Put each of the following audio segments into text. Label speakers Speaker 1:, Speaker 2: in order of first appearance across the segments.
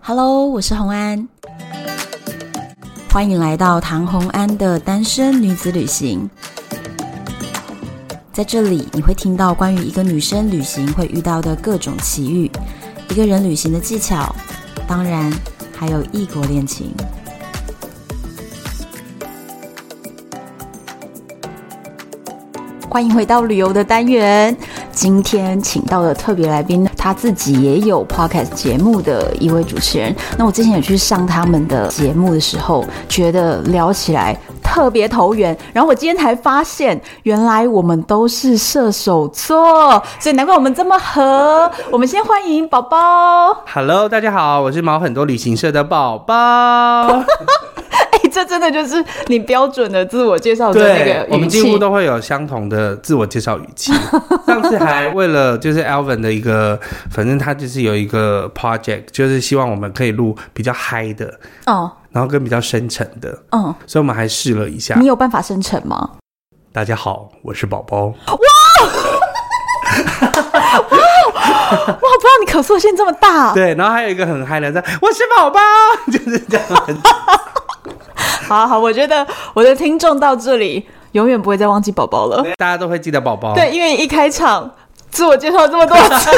Speaker 1: Hello，我是红安，欢迎来到唐红安的单身女子旅行。在这里，你会听到关于一个女生旅行会遇到的各种奇遇，一个人旅行的技巧，当然还有异国恋情。欢迎回到旅游的单元。今天请到的特别来宾，他自己也有 podcast 节目的一位主持人。那我之前有去上他们的节目的时候，觉得聊起来特别投缘。然后我今天才发现，原来我们都是射手座，所以难怪我们这么合。我们先欢迎宝宝。
Speaker 2: Hello，大家好，我是毛很多旅行社的 宝宝。
Speaker 1: 哎，这真的就是你标准的自我介绍的那
Speaker 2: 对
Speaker 1: 个，
Speaker 2: 我们
Speaker 1: 语
Speaker 2: 几
Speaker 1: 气
Speaker 2: 乎都会有相同的自我介绍语 气。上次还为了就是 Alvin 的一个，反正他就是有一个 project，就是希望我们可以录比较嗨的，
Speaker 1: 哦，
Speaker 2: 然后跟比较深沉的，
Speaker 1: 嗯，
Speaker 2: 所以我们还试了一下
Speaker 1: 你。有办法生成吗？
Speaker 2: 大家好，我是宝宝。
Speaker 1: 哇，我不知道你可塑性这么大。啊
Speaker 2: 对，然后还有一个很嗨的在，我是宝 宝，就是这样很
Speaker 1: 好好，我觉得我的听众到这里永远不会再忘记宝宝了。
Speaker 2: 大家都会记得宝宝。
Speaker 1: 对，，因为一开场自我介绍这么多次，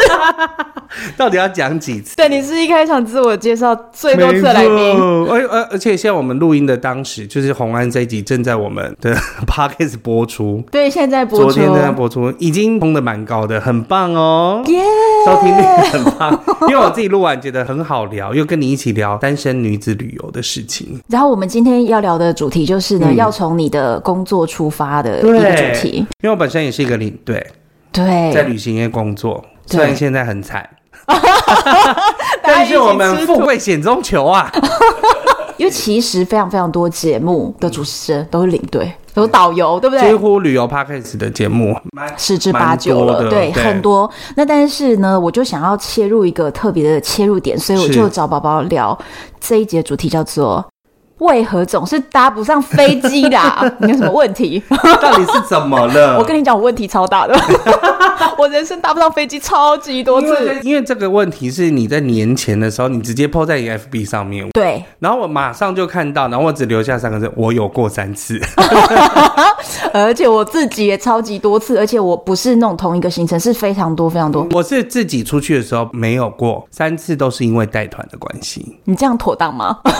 Speaker 2: 到底要讲几次？
Speaker 1: 对，你是一开场自我介绍最多次的来
Speaker 2: 没
Speaker 1: 宾。
Speaker 2: 错而而而且现在我们录音的当时，就是红安这一集正在我们的 podcast 播出，
Speaker 1: 对，现在播
Speaker 2: 昨
Speaker 1: 出
Speaker 2: 天。正在播出，已经冲的蛮高的，很棒哦。
Speaker 1: 耶！
Speaker 2: 收听率很棒，因为我自己录完觉得很好聊，又跟你一起聊单身女子旅游的事情。
Speaker 1: 然后我们今天要聊的主题就是呢，要从你的工作出发的一个主题。
Speaker 2: 因为我本身也是一个领队，在
Speaker 1: 对，
Speaker 2: 旅行业工作，
Speaker 1: 对
Speaker 2: 虽然现在很惨，
Speaker 1: 大家
Speaker 2: 但
Speaker 1: 一起
Speaker 2: 是我们
Speaker 1: 吃土
Speaker 2: 富贵险中求啊。
Speaker 1: 因为其实非常非常多节目的主持人都是领队，都是导游，对不对？
Speaker 2: 几乎旅游 podcast 的节目，
Speaker 1: 十之八九
Speaker 2: 蛮
Speaker 1: 了，
Speaker 2: 多的
Speaker 1: 对，
Speaker 2: 对
Speaker 1: 很多。那但是呢，我就想要切入一个特别的切入点，所以我
Speaker 2: 是
Speaker 1: 就找宝宝聊这一节主题，叫做“为何总是搭不上飞机 啦？你有什么问题？”
Speaker 2: 到底是怎么了？
Speaker 1: 我跟你讲，我问题超大的， 我人生搭不上飞机超级多
Speaker 2: 因
Speaker 1: 次。
Speaker 2: 为因为这个问题是你在年前的时候，你直接 PO 在你 FB 上面，
Speaker 1: 对，
Speaker 2: 然后我马上就看到，然后我只留下三个字：我有过三次。
Speaker 1: 而且我自己也超级多次，而且我不是那种同一个行程，是非常多非常多。
Speaker 2: 我是自己出去的时候没有过三次，都是因为带团的关系。
Speaker 1: 你这样妥当吗？
Speaker 2: 啊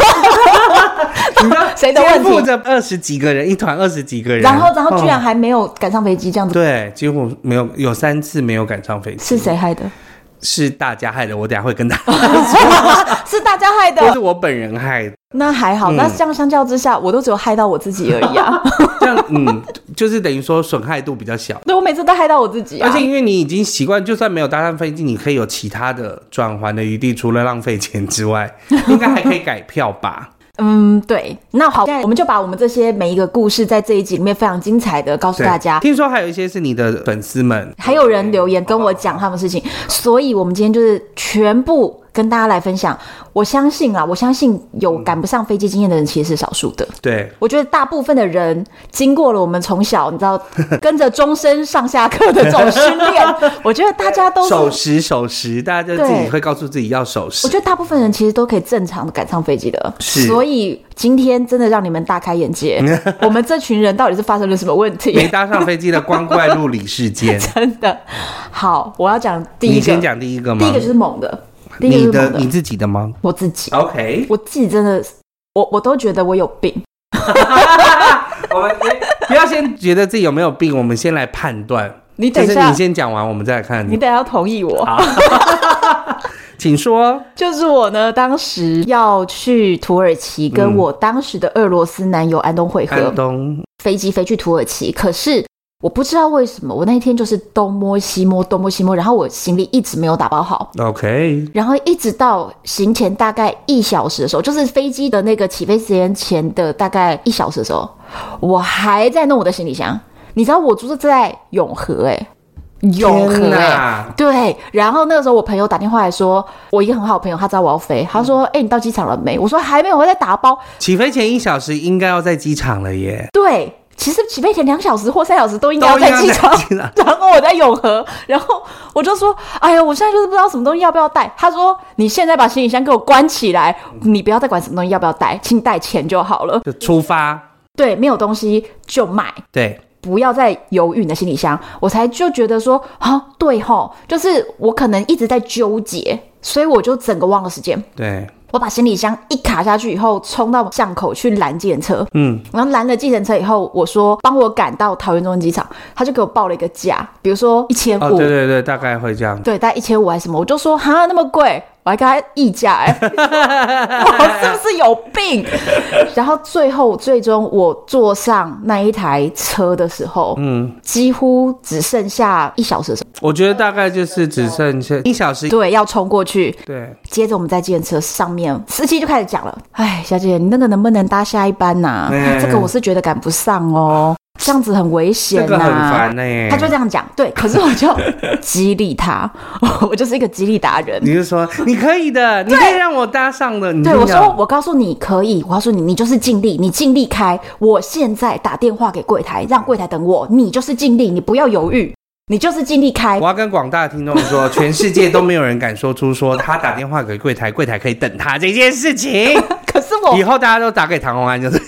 Speaker 2: 你知道
Speaker 1: 谁的问题
Speaker 2: 肩负着二十几个人，一团二十几个人，
Speaker 1: 然后，然后居然
Speaker 2: 哦
Speaker 1: 还没有赶上飞机，这样子
Speaker 2: 对，几乎没有有三次没有赶上飞机，
Speaker 1: 是谁 哦害的？
Speaker 2: 是大家害的，我等一下会跟大家，
Speaker 1: 是大家害的
Speaker 2: 不。是我本人害的。
Speaker 1: 那还好，
Speaker 2: 嗯
Speaker 1: 那这样相较之下，我都只有害到我自己而已 啊！
Speaker 2: 这样，嗯，就是等于说损害度比较小。
Speaker 1: 对我每次都害到我自己啊！
Speaker 2: 而且因为你已经习惯，就算没有搭上飞机，你可以有其他的转换的余地，除了浪费钱 之外，应该还可以改票吧？
Speaker 1: 嗯，对，那好，现在我们就把我们这些每一个故事在这一集里面非常精彩的告诉
Speaker 2: 对
Speaker 1: 大家。
Speaker 2: 听说还有一些是你的粉丝们，
Speaker 1: 还有人留言跟我讲他们事情，所以我们今天就是全部跟大家来分享。我相信啊，我相信有赶不上飞机经验的人其实是少数的。
Speaker 2: 对。
Speaker 1: 我觉得大部分的人经过了我们从小你知道跟着终身上下课的这种训 练，我觉得大家都是
Speaker 2: 守时，守时，大家就自
Speaker 1: 对
Speaker 2: 己会告诉自己要守时
Speaker 1: 我。觉得大部分人其实都可以正常的赶上飞机的，
Speaker 2: 是
Speaker 1: 所以今天真的让你们大开眼 界，我们这群人到底是发生了什么问
Speaker 2: 没
Speaker 1: 题？
Speaker 2: 搭上飞机的光怪陆离事件，
Speaker 1: 真的，好，我要讲 第
Speaker 2: 你
Speaker 1: 一个
Speaker 2: 先，讲第一个吗？
Speaker 1: 第一个就是猛的，第一
Speaker 2: 你
Speaker 1: 个就是
Speaker 2: 的
Speaker 1: 猛的，
Speaker 2: 你自己的吗
Speaker 1: 我自己，
Speaker 2: ？OK，
Speaker 1: 我自己真的，我我都觉得我有病，
Speaker 2: 我们先不要先觉得自己有没有病，我们先来判断。
Speaker 1: 你等
Speaker 2: 就
Speaker 1: 一
Speaker 2: 是
Speaker 1: 下
Speaker 2: 你，先讲完，我们再来看
Speaker 1: 你
Speaker 2: 你。
Speaker 1: 等一下要同意我，
Speaker 2: 请说。
Speaker 1: 就是我呢，当时要去土耳其，跟
Speaker 2: 嗯
Speaker 1: 我当时的俄罗斯男友安东会合，
Speaker 2: 安东，
Speaker 1: 飞机飞去土耳其，可是我不知道为什么，我那一天就是东摸西摸，东摸西摸，然后我行李一直没有打包好，
Speaker 2: OK，
Speaker 1: 然后一直到行前大概一小时的时候，就是飞机的那个起飞时间前的大概一小时的时候，我还在弄我的行李箱。你知道我住是在永和哎、永和
Speaker 2: 天
Speaker 1: 哎、
Speaker 2: 哪
Speaker 1: 对，然后那个时候我朋友打电话来说，我一个很好的朋友，他知道我要飞，他说：“哎、你到机场了没？”我说：“还没有，我还在打包。”
Speaker 2: 起飞前一小时应该要在机场了耶。
Speaker 1: 对，其实起飞前两小时或三小时都应该要
Speaker 2: 都
Speaker 1: 在机场。
Speaker 2: 机场。
Speaker 1: 然后我在永和，然后我就说：“哎呀，我现在就是不知道什么东西要不要带。”他说：“你现在把行李箱给我关起来，你不要再管什么东西要不要带，请带钱就好了。
Speaker 2: 就出发，
Speaker 1: 对，没有东西就买，
Speaker 2: 对，
Speaker 1: 不要再犹豫你的行李箱。”我才就觉得说：“啊，对吼，就是我可能一直在纠结，所以我就整个忘了时间。
Speaker 2: 对，
Speaker 1: 我把行李箱一卡下去以后，冲到巷口去拦计程车，
Speaker 2: 嗯，
Speaker 1: 然后拦了计程车以后，我说帮我赶到桃园中心机场，他就给我报了一个价，比如说一千
Speaker 2: 哦，
Speaker 1: 五
Speaker 2: 对，对对，大概会这样。
Speaker 1: 对，大概一千五还是什么，我就说哈那么贵，我还跟他议价 哎、我是不是有病？然后最后最终我坐上那一台车的时候，嗯，几乎只剩下一小时的时候，
Speaker 2: 我觉得大概就是只剩下一小时，
Speaker 1: 对，要冲过去，
Speaker 2: 对，
Speaker 1: 接着我们在计程车上面，司机就开始讲了：“哎，小姐，你那个能不能搭下一班呐、
Speaker 2: 嗯
Speaker 1: 这个我是觉得赶不上哦，这样子很危险
Speaker 2: 这
Speaker 1: 呐、
Speaker 2: 个很烦哎呢、
Speaker 1: 他就这样讲，对，可是我就 激励他，我就是一个激励达人。
Speaker 2: 你就说你可以的，你可以让我搭上的。你
Speaker 1: 对
Speaker 2: 就
Speaker 1: 我
Speaker 2: 这样
Speaker 1: 说，我告诉你可以，我告诉你，你就是尽力，你尽力开。我现在打电话给柜台，让柜台等我。你就是尽力，你不要犹豫，你就是尽力开
Speaker 2: 我。要跟广大听众说，全世界都没有人敢说出说他打电话给柜台，柜台可以等他这件 事情。
Speaker 1: 可是我
Speaker 2: 以后大家都打给唐红安，就是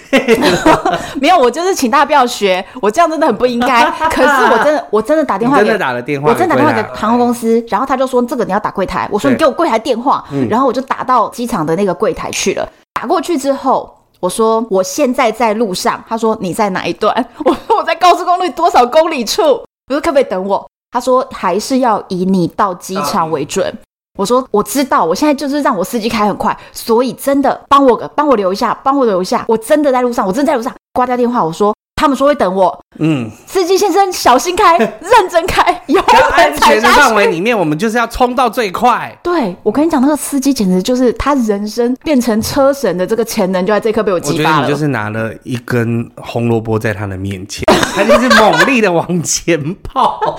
Speaker 1: 没有，我就是请大家不要学，我这样真的很不应 该。可是我真的，我真的打电
Speaker 2: 你
Speaker 1: 话
Speaker 2: 真
Speaker 1: 给
Speaker 2: 的打了电话，
Speaker 1: 我真打电话给航空公
Speaker 2: 司，
Speaker 1: 司，然后他就说这个你要打柜台，我说
Speaker 2: 对嗯
Speaker 1: 你给我柜台电话，然后我就打到机场的那个柜台去了。打过去之后，我说我现在在路上，他说你在哪一段？ 我说我在高速公路多少公里处？我说可不可以等我？他说还是要以你到机场为准。
Speaker 2: 啊
Speaker 1: 我说我知道，我现在就是让我司机开很快，所以真的帮我帮我留一下，帮我留一下，我真的在路上，我真的在路上。挂掉电话，我说他们说会等我，
Speaker 2: 嗯，
Speaker 1: 司机先生小心 开，认真开，有
Speaker 2: 在 安
Speaker 1: 人踩
Speaker 2: 全的
Speaker 1: 下
Speaker 2: 范围
Speaker 1: 去。
Speaker 2: 里面，我们就是要冲到最快。
Speaker 1: 对，我跟你讲，那个司机简直就是他人生变成车神的这个潜能，就在这一刻被我
Speaker 2: 我
Speaker 1: 激
Speaker 2: 觉
Speaker 1: 发
Speaker 2: 得
Speaker 1: 了。
Speaker 2: 你就是拿了一根红萝卜在他的面前， 他就是猛力的往前 跑。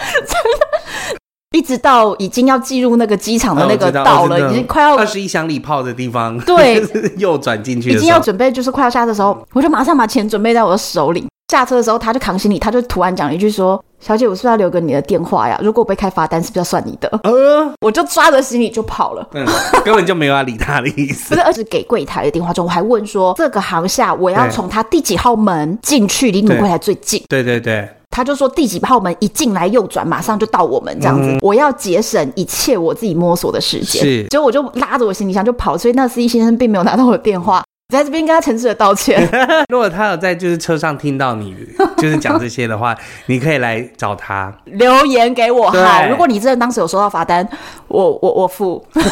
Speaker 1: 一直到已经要进入
Speaker 2: 啊
Speaker 1: 那个机场的那
Speaker 2: 哦
Speaker 1: 个道了，已经快要
Speaker 2: 二十一响礼炮的地方，
Speaker 1: 对，
Speaker 2: 右转进去
Speaker 1: 已
Speaker 2: 的
Speaker 1: 经
Speaker 2: 时
Speaker 1: 要
Speaker 2: 候，
Speaker 1: 准备就是快要下车的时候，我就马上把钱准备在我的手里。下车的时候，他就扛行李，他就突然讲了一句说：“小姐，我是不是要留个你的电话呀？如果我被开罚单，是不是要算你的
Speaker 2: 呃，？”
Speaker 1: 我就抓着行李就跑了。
Speaker 2: 嗯，根本就没有要理他的意思
Speaker 1: 不。是，而是给柜台的电话中，我还问说这个航厦我要
Speaker 2: 对
Speaker 1: 从它第几号门进去，离你们
Speaker 2: 对
Speaker 1: 柜台最近。
Speaker 2: 对对对，
Speaker 1: 他就说第几号门一进来右转，马上就到我们这样子。我要节省一切我自己摸索的时间，
Speaker 2: 嗯是
Speaker 1: 结果我就拉着我行李箱就跑，所以那司机先生并没有拿到我的电话。我在这边跟他诚挚的道歉，
Speaker 2: 如果他有在就是车上听到你就是讲这些的 话，你可以来找他。
Speaker 1: 留言给我
Speaker 2: 对
Speaker 1: 好。如果你真的当时有收到罚单，我我我付。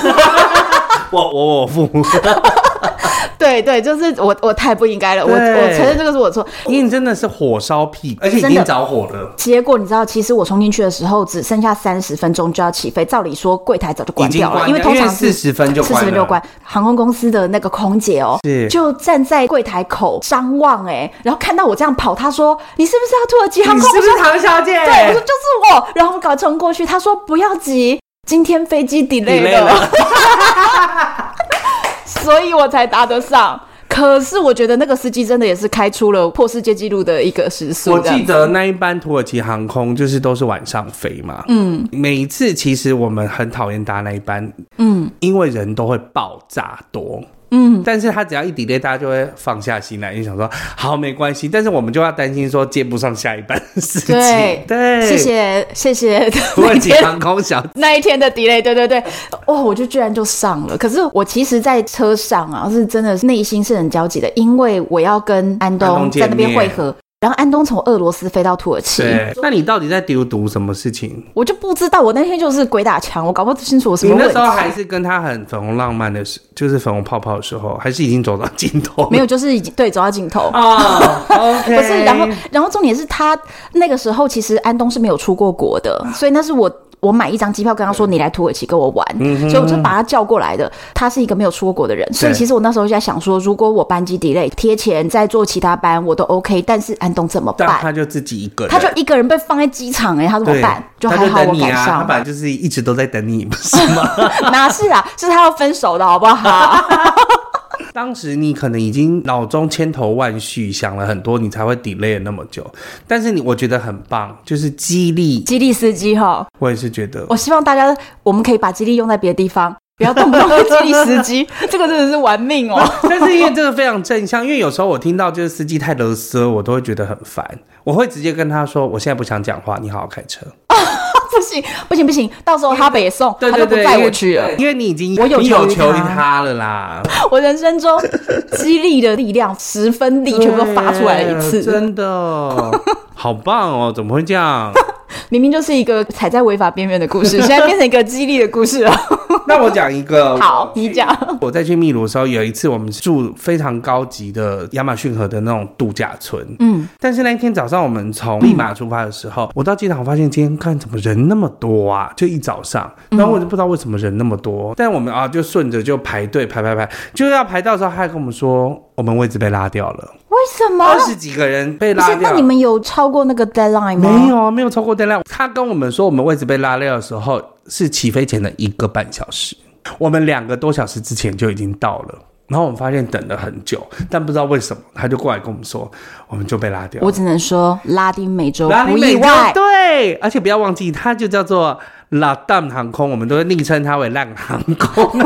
Speaker 2: 我我我父母，
Speaker 1: 对对，就是我我太不应该了，我我
Speaker 2: 对
Speaker 1: 承认这个是我错。
Speaker 2: 因为真的是火烧屁，而且已
Speaker 1: 真
Speaker 2: 经
Speaker 1: 的
Speaker 2: 着火了，
Speaker 1: 结果你知道，其实我冲进去的时候只剩下三十分钟就要起飞，照理说柜台早就
Speaker 2: 已
Speaker 1: 关
Speaker 2: 经
Speaker 1: 掉了，
Speaker 2: 关
Speaker 1: 因为通常
Speaker 2: 四
Speaker 1: 是
Speaker 2: 十分就
Speaker 1: 四十
Speaker 2: 关
Speaker 1: 分就
Speaker 2: 了。
Speaker 1: 关。航空公司的那个空姐哦
Speaker 2: 是，
Speaker 1: 就站在柜台口张望哎、然后看到我这样跑，她说：“你是不是要土耳其航
Speaker 2: 你
Speaker 1: 空？”
Speaker 2: 是不
Speaker 1: 我说
Speaker 2: 是唐小姐？
Speaker 1: 对，我说就是我。然后我赶快冲过去，她说：“不要急，今天飞机 delay
Speaker 2: 累了，
Speaker 1: 所以我才搭得上。”可是我觉得那个司机真的也是开出了破世界纪录的一个时速
Speaker 2: 我
Speaker 1: 这样
Speaker 2: 记得那一班土耳其航空就是都是晚上飞嘛，嗯，每一次其实我们很讨厌搭那一班，嗯，因为人都会爆炸多。嗯，但是他只要一 delay，大家就会放下心来，就想说好没关系。但是我们就要担心说接不上下一班的事情。
Speaker 1: 对
Speaker 2: 对，
Speaker 1: 谢谢谢谢
Speaker 2: 土耳
Speaker 1: 那
Speaker 2: 其
Speaker 1: 天
Speaker 2: 航空小姐
Speaker 1: 那一天的 delay，对对对，哦，我就居然就上了。可是我其实，在车上啊，是真的内心是很焦急的，因为我要跟安
Speaker 2: 安东
Speaker 1: 东
Speaker 2: 见
Speaker 1: 在那边
Speaker 2: 面
Speaker 1: 会合。然后安东从俄罗斯飞到土耳其，
Speaker 2: 对，那你到底在丢毒什么事情？
Speaker 1: 我就不知道，我那天就是鬼打墙，我搞不清楚我什
Speaker 2: 你
Speaker 1: 么问
Speaker 2: 那
Speaker 1: 题
Speaker 2: 时。候还是跟他很粉红浪漫的时，就是粉红泡泡的时候，还是已经走到尽头？
Speaker 1: 没有，就是已经对走到尽头。
Speaker 2: 啊、o k
Speaker 1: 不是，然后，然后重点是他那个时候其实安东是没有出过国的，
Speaker 2: 啊
Speaker 1: 所以那是我我买一张机票跟他说你来土耳其跟我玩，所以我就把他叫过来的。他是一个没有出过国的人，所以
Speaker 2: 嗯对
Speaker 1: 其实我那时候就在想说，如果我班机 delay 贴钱再坐其他班我都 OK，但是安东怎么
Speaker 2: 但
Speaker 1: 办？
Speaker 2: 他就自己一个人，
Speaker 1: 他就一个人被放在机场哎、他怎么
Speaker 2: 对
Speaker 1: 办？就
Speaker 2: 他
Speaker 1: 还
Speaker 2: 就
Speaker 1: 好我
Speaker 2: 等你
Speaker 1: 赶
Speaker 2: 啊，他
Speaker 1: 上，
Speaker 2: 本 来就是一直都在等你，不是吗？
Speaker 1: 哪是啊？是他要分手的好不好？
Speaker 2: 当时你可能已经脑中千头万绪，想了很多，你才会 delay 了那么久。但是你我觉得很棒，就是激励，
Speaker 1: 激励司机哈，
Speaker 2: 我也是觉得
Speaker 1: 我希望大家我们可以把激励用在别的地方，不要动不动就激励司 机，这个真的是玩命哦。
Speaker 2: 但是因为这个非常正向，因为有时候我听到就是司机太勒索，我都会觉得很烦，我会直接跟他说，我现在不想讲话，你好好开车。
Speaker 1: 不行不行不行，到时候他北送，
Speaker 2: 对
Speaker 1: 他
Speaker 2: 对
Speaker 1: 就不
Speaker 2: 对，
Speaker 1: 载
Speaker 2: 因
Speaker 1: 我
Speaker 2: 为
Speaker 1: 去了。
Speaker 2: 因为你已经
Speaker 1: 我有
Speaker 2: 你有
Speaker 1: 求
Speaker 2: 求
Speaker 1: 于
Speaker 2: 于
Speaker 1: 他
Speaker 2: 他了啦，
Speaker 1: 我人生中激励的力量十分力全部都发出来了一
Speaker 2: 对
Speaker 1: 次，
Speaker 2: 真的好棒哦！怎么会这样？
Speaker 1: 明明就是一个踩在违法边缘的故 事，现在变成一个激励的故事了。
Speaker 2: 那我讲一个，
Speaker 1: 好，你讲。
Speaker 2: 我在去秘鲁的时候，有一次我们住非常高级的亚马逊河的那种度假村，嗯，但是那一天早上我们从利马出发的时候，我到机场我发现今天看怎么人那么多啊，就一早上，然后我就不知道为什么人那么多，但我们啊就顺着就排队排排排，就要排到的时候，他还跟我们说我们位置被拉掉了，
Speaker 1: 为什么
Speaker 2: 二？十几个人被
Speaker 1: 不
Speaker 2: 拉
Speaker 1: 是，
Speaker 2: 掉
Speaker 1: 那你。们有超过那个 deadline 吗？
Speaker 2: 没有啊，没有超过 deadline。他跟我们说我们位置被拉掉的时候，是起飞前的一个半小时，我们两个多小时之前就已经到了。然后我们发现等了很久，但不知道为什么，他就过来跟我们说，我们就被拉掉了。
Speaker 1: 我只能说拉丁美洲
Speaker 2: 拉
Speaker 1: 不
Speaker 2: 丁
Speaker 1: 意
Speaker 2: 美洲
Speaker 1: 外。
Speaker 2: 对，而且不要忘记，它就叫做拉淡航空，我们都会昵称它为烂航空。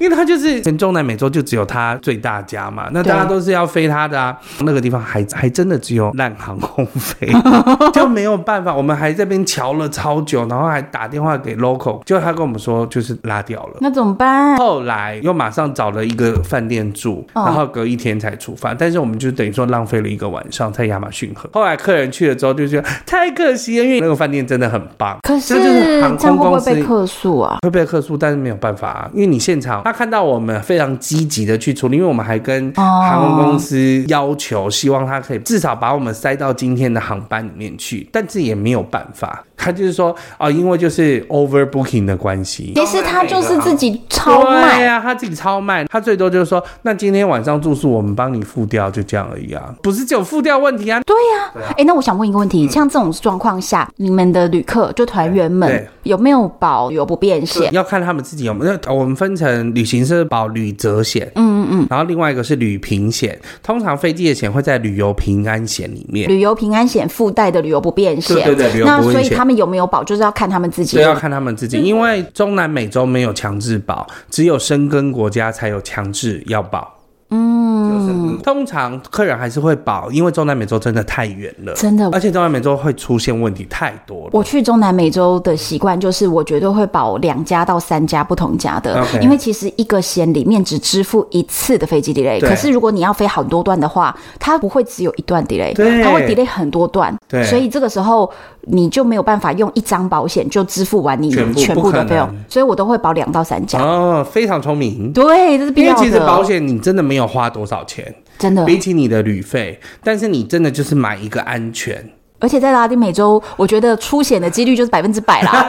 Speaker 2: 因为它就是全中南美洲就只有它最大家嘛，那大家
Speaker 1: 对
Speaker 2: 都是要飞它的啊。那个地方还还真的只有烂航空飞， 就没有办法。我们还这边瞧了超久，然后还打电话给 local，就他跟我们说就是拉掉了。
Speaker 1: 那怎么办？
Speaker 2: 后来又马上找了一个饭店住，
Speaker 1: 哦
Speaker 2: 然后隔一天才出发，但是我们就等于说浪费了一个晚上在亚马逊河。后来客人去了之后就觉得太可惜了，因为那个饭店真的很棒，
Speaker 1: 可是
Speaker 2: 这就
Speaker 1: 这
Speaker 2: 是
Speaker 1: 样
Speaker 2: 航空
Speaker 1: 会不
Speaker 2: 公
Speaker 1: 会
Speaker 2: 司
Speaker 1: 被客诉啊？
Speaker 2: 会被客诉，但是没有办法啊，因为你现场他看到我们非常积极的去处理，因为我们还跟
Speaker 1: 哦
Speaker 2: 航空公司要求，希望他可以至少把我们塞到今天的航班里面去，但是也没有办法，他就是说啊、因为就是 overbooking 的关系，
Speaker 1: 其实他就是自己超
Speaker 2: 对
Speaker 1: 卖，
Speaker 2: 呀、他自己超慢，他最多就是说，那今天晚上住宿我们帮你付掉，就这样而已啊，不是只有付掉问题啊。嗯
Speaker 1: 对呀、哎、那我想问一个问题，像这种状况下，你们的旅客就团员们
Speaker 2: 对
Speaker 1: 有没有保有不便险？
Speaker 2: 要看他们自己有没有，呃我们分成旅行社保旅责险，
Speaker 1: 嗯嗯嗯，
Speaker 2: 然后另外一个是旅平险。通常飞机的险会在旅游平安险里面，
Speaker 1: 旅游平安险附带的旅游不便险，
Speaker 2: 对对对旅游
Speaker 1: 那
Speaker 2: 不
Speaker 1: 所
Speaker 2: 便
Speaker 1: 以
Speaker 2: 险啊
Speaker 1: 他们有嗯没有保，就是要看他们自己
Speaker 2: 所以。要看他们自己，因为中南美洲没有强制保，只有生根国家才有强制要保。嗯，通常客人还是会保，因为中南美洲真的太远了，
Speaker 1: 真的
Speaker 2: 而且中南美洲会出现问题太多了。
Speaker 1: 哦我去中南美洲的习惯就是，我绝对会保两家到三家不同家的
Speaker 2: OK
Speaker 1: 因为其实一个险里面只支付一次的飞机 delay，
Speaker 2: 对
Speaker 1: 可是如果你要飞很多段的话，它不会只有一段 delay，
Speaker 2: 对
Speaker 1: 它会 delay 很多段，
Speaker 2: 对
Speaker 1: 所以这个时候你就没有办法用一张保险就支付完你
Speaker 2: 全部
Speaker 1: 全
Speaker 2: 不
Speaker 1: 部的
Speaker 2: 可能
Speaker 1: 费用，所以我都会保两到三家。
Speaker 2: 哦，非常聪明。
Speaker 1: 对，这是必
Speaker 2: 因为
Speaker 1: 要的。
Speaker 2: 其实保险你真的没有花多少钱，
Speaker 1: 真的，
Speaker 2: 比起你的旅费，但是你真的就是买一个安全。
Speaker 1: 而且在拉丁美洲，我觉得出险的几率就是百分之百啦。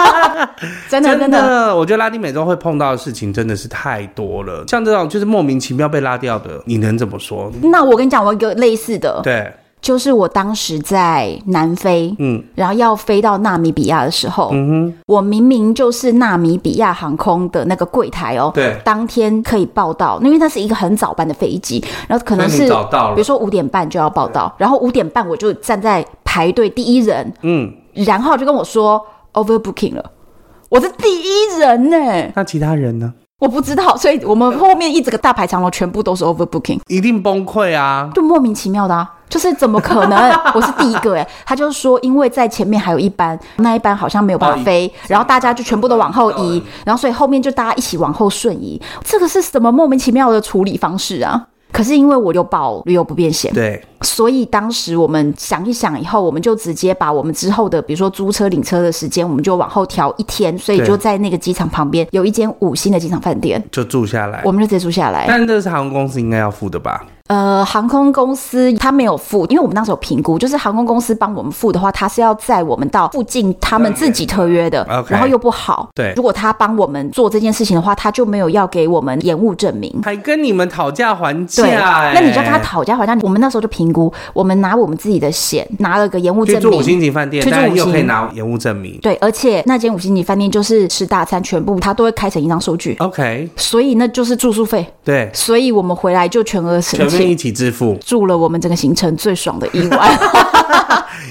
Speaker 1: 真的，真的，
Speaker 2: 我觉得拉丁美洲会碰到的事情真的是太多了，像这种就是莫名其妙被拉掉的，你能怎么说？
Speaker 1: 那我跟你讲，我有一个类似的，
Speaker 2: 对，
Speaker 1: 就是我当时在南非，
Speaker 2: 嗯，
Speaker 1: 然后要飞到纳米比亚的时候，嗯、我明明就是纳米比亚航空的那个柜台哦，
Speaker 2: 对
Speaker 1: 当天可以报到，因为它是一个很早班的飞机，然后可能
Speaker 2: 那
Speaker 1: 是
Speaker 2: 你早到了
Speaker 1: 比如说五点半就要报到，然后五点半我就站在排队第一人，
Speaker 2: 嗯，
Speaker 1: 然后就跟我说 overbooking 了。我是第一人呢、
Speaker 2: 那其他人呢？
Speaker 1: 我不知道，所以我们后面一整个大排长龙全部都是 overbooking。
Speaker 2: 一定崩溃啊！
Speaker 1: 就莫名其妙的啊，就是怎么可能？ 我是第一个哎、他就说因为在前面还有一班，那一班好像没有
Speaker 2: 哦
Speaker 1: 办法飞，然后大家就全部都往后移，然后所以后面就大家一起往后瞬移，这个是什么莫名其妙的处理方式啊？可是因为我有保旅游不便险，
Speaker 2: 对，
Speaker 1: 所以当时我们想一想以后，我们就直接把我们之后的，比如说租车、领车的时间，我们就往后调一天，所以
Speaker 2: 对
Speaker 1: 就在那个机场旁边有一间五星的机场饭店，
Speaker 2: 就住下来。
Speaker 1: 我们就直接住下来。
Speaker 2: 但这是航空公司应该要付的吧？
Speaker 1: 呃，航空公司它没有付，因为我们那时候有评估，就是航空公司帮我们付的话，它是要载我们到附近他们自己特约的
Speaker 2: OK
Speaker 1: 然后又不好。
Speaker 2: 对
Speaker 1: 如果他帮我们做这件事情的话，他就没有要给我们延误证明。
Speaker 2: 还跟你们讨价还
Speaker 1: 对，
Speaker 2: 价、欸？
Speaker 1: 那你就要跟他讨价还价。我们那时候就评评估，我们拿我们自己的险，拿了个延误
Speaker 2: 去
Speaker 1: 证
Speaker 2: 住五
Speaker 1: 明。
Speaker 2: 星级饭店，
Speaker 1: 去住
Speaker 2: 但
Speaker 1: 五
Speaker 2: 又可以
Speaker 1: 星
Speaker 2: 拿延误证明。
Speaker 1: 对，而且那间五星级饭店就是吃大餐，全部它都会开成一张收据，
Speaker 2: OK，
Speaker 1: 所以那就是住宿费，
Speaker 2: 对，
Speaker 1: 所以我们回来就全额
Speaker 2: 全
Speaker 1: 申
Speaker 2: 面
Speaker 1: 请，
Speaker 2: 一起支付，
Speaker 1: 住了我们整个行程最爽的一晚。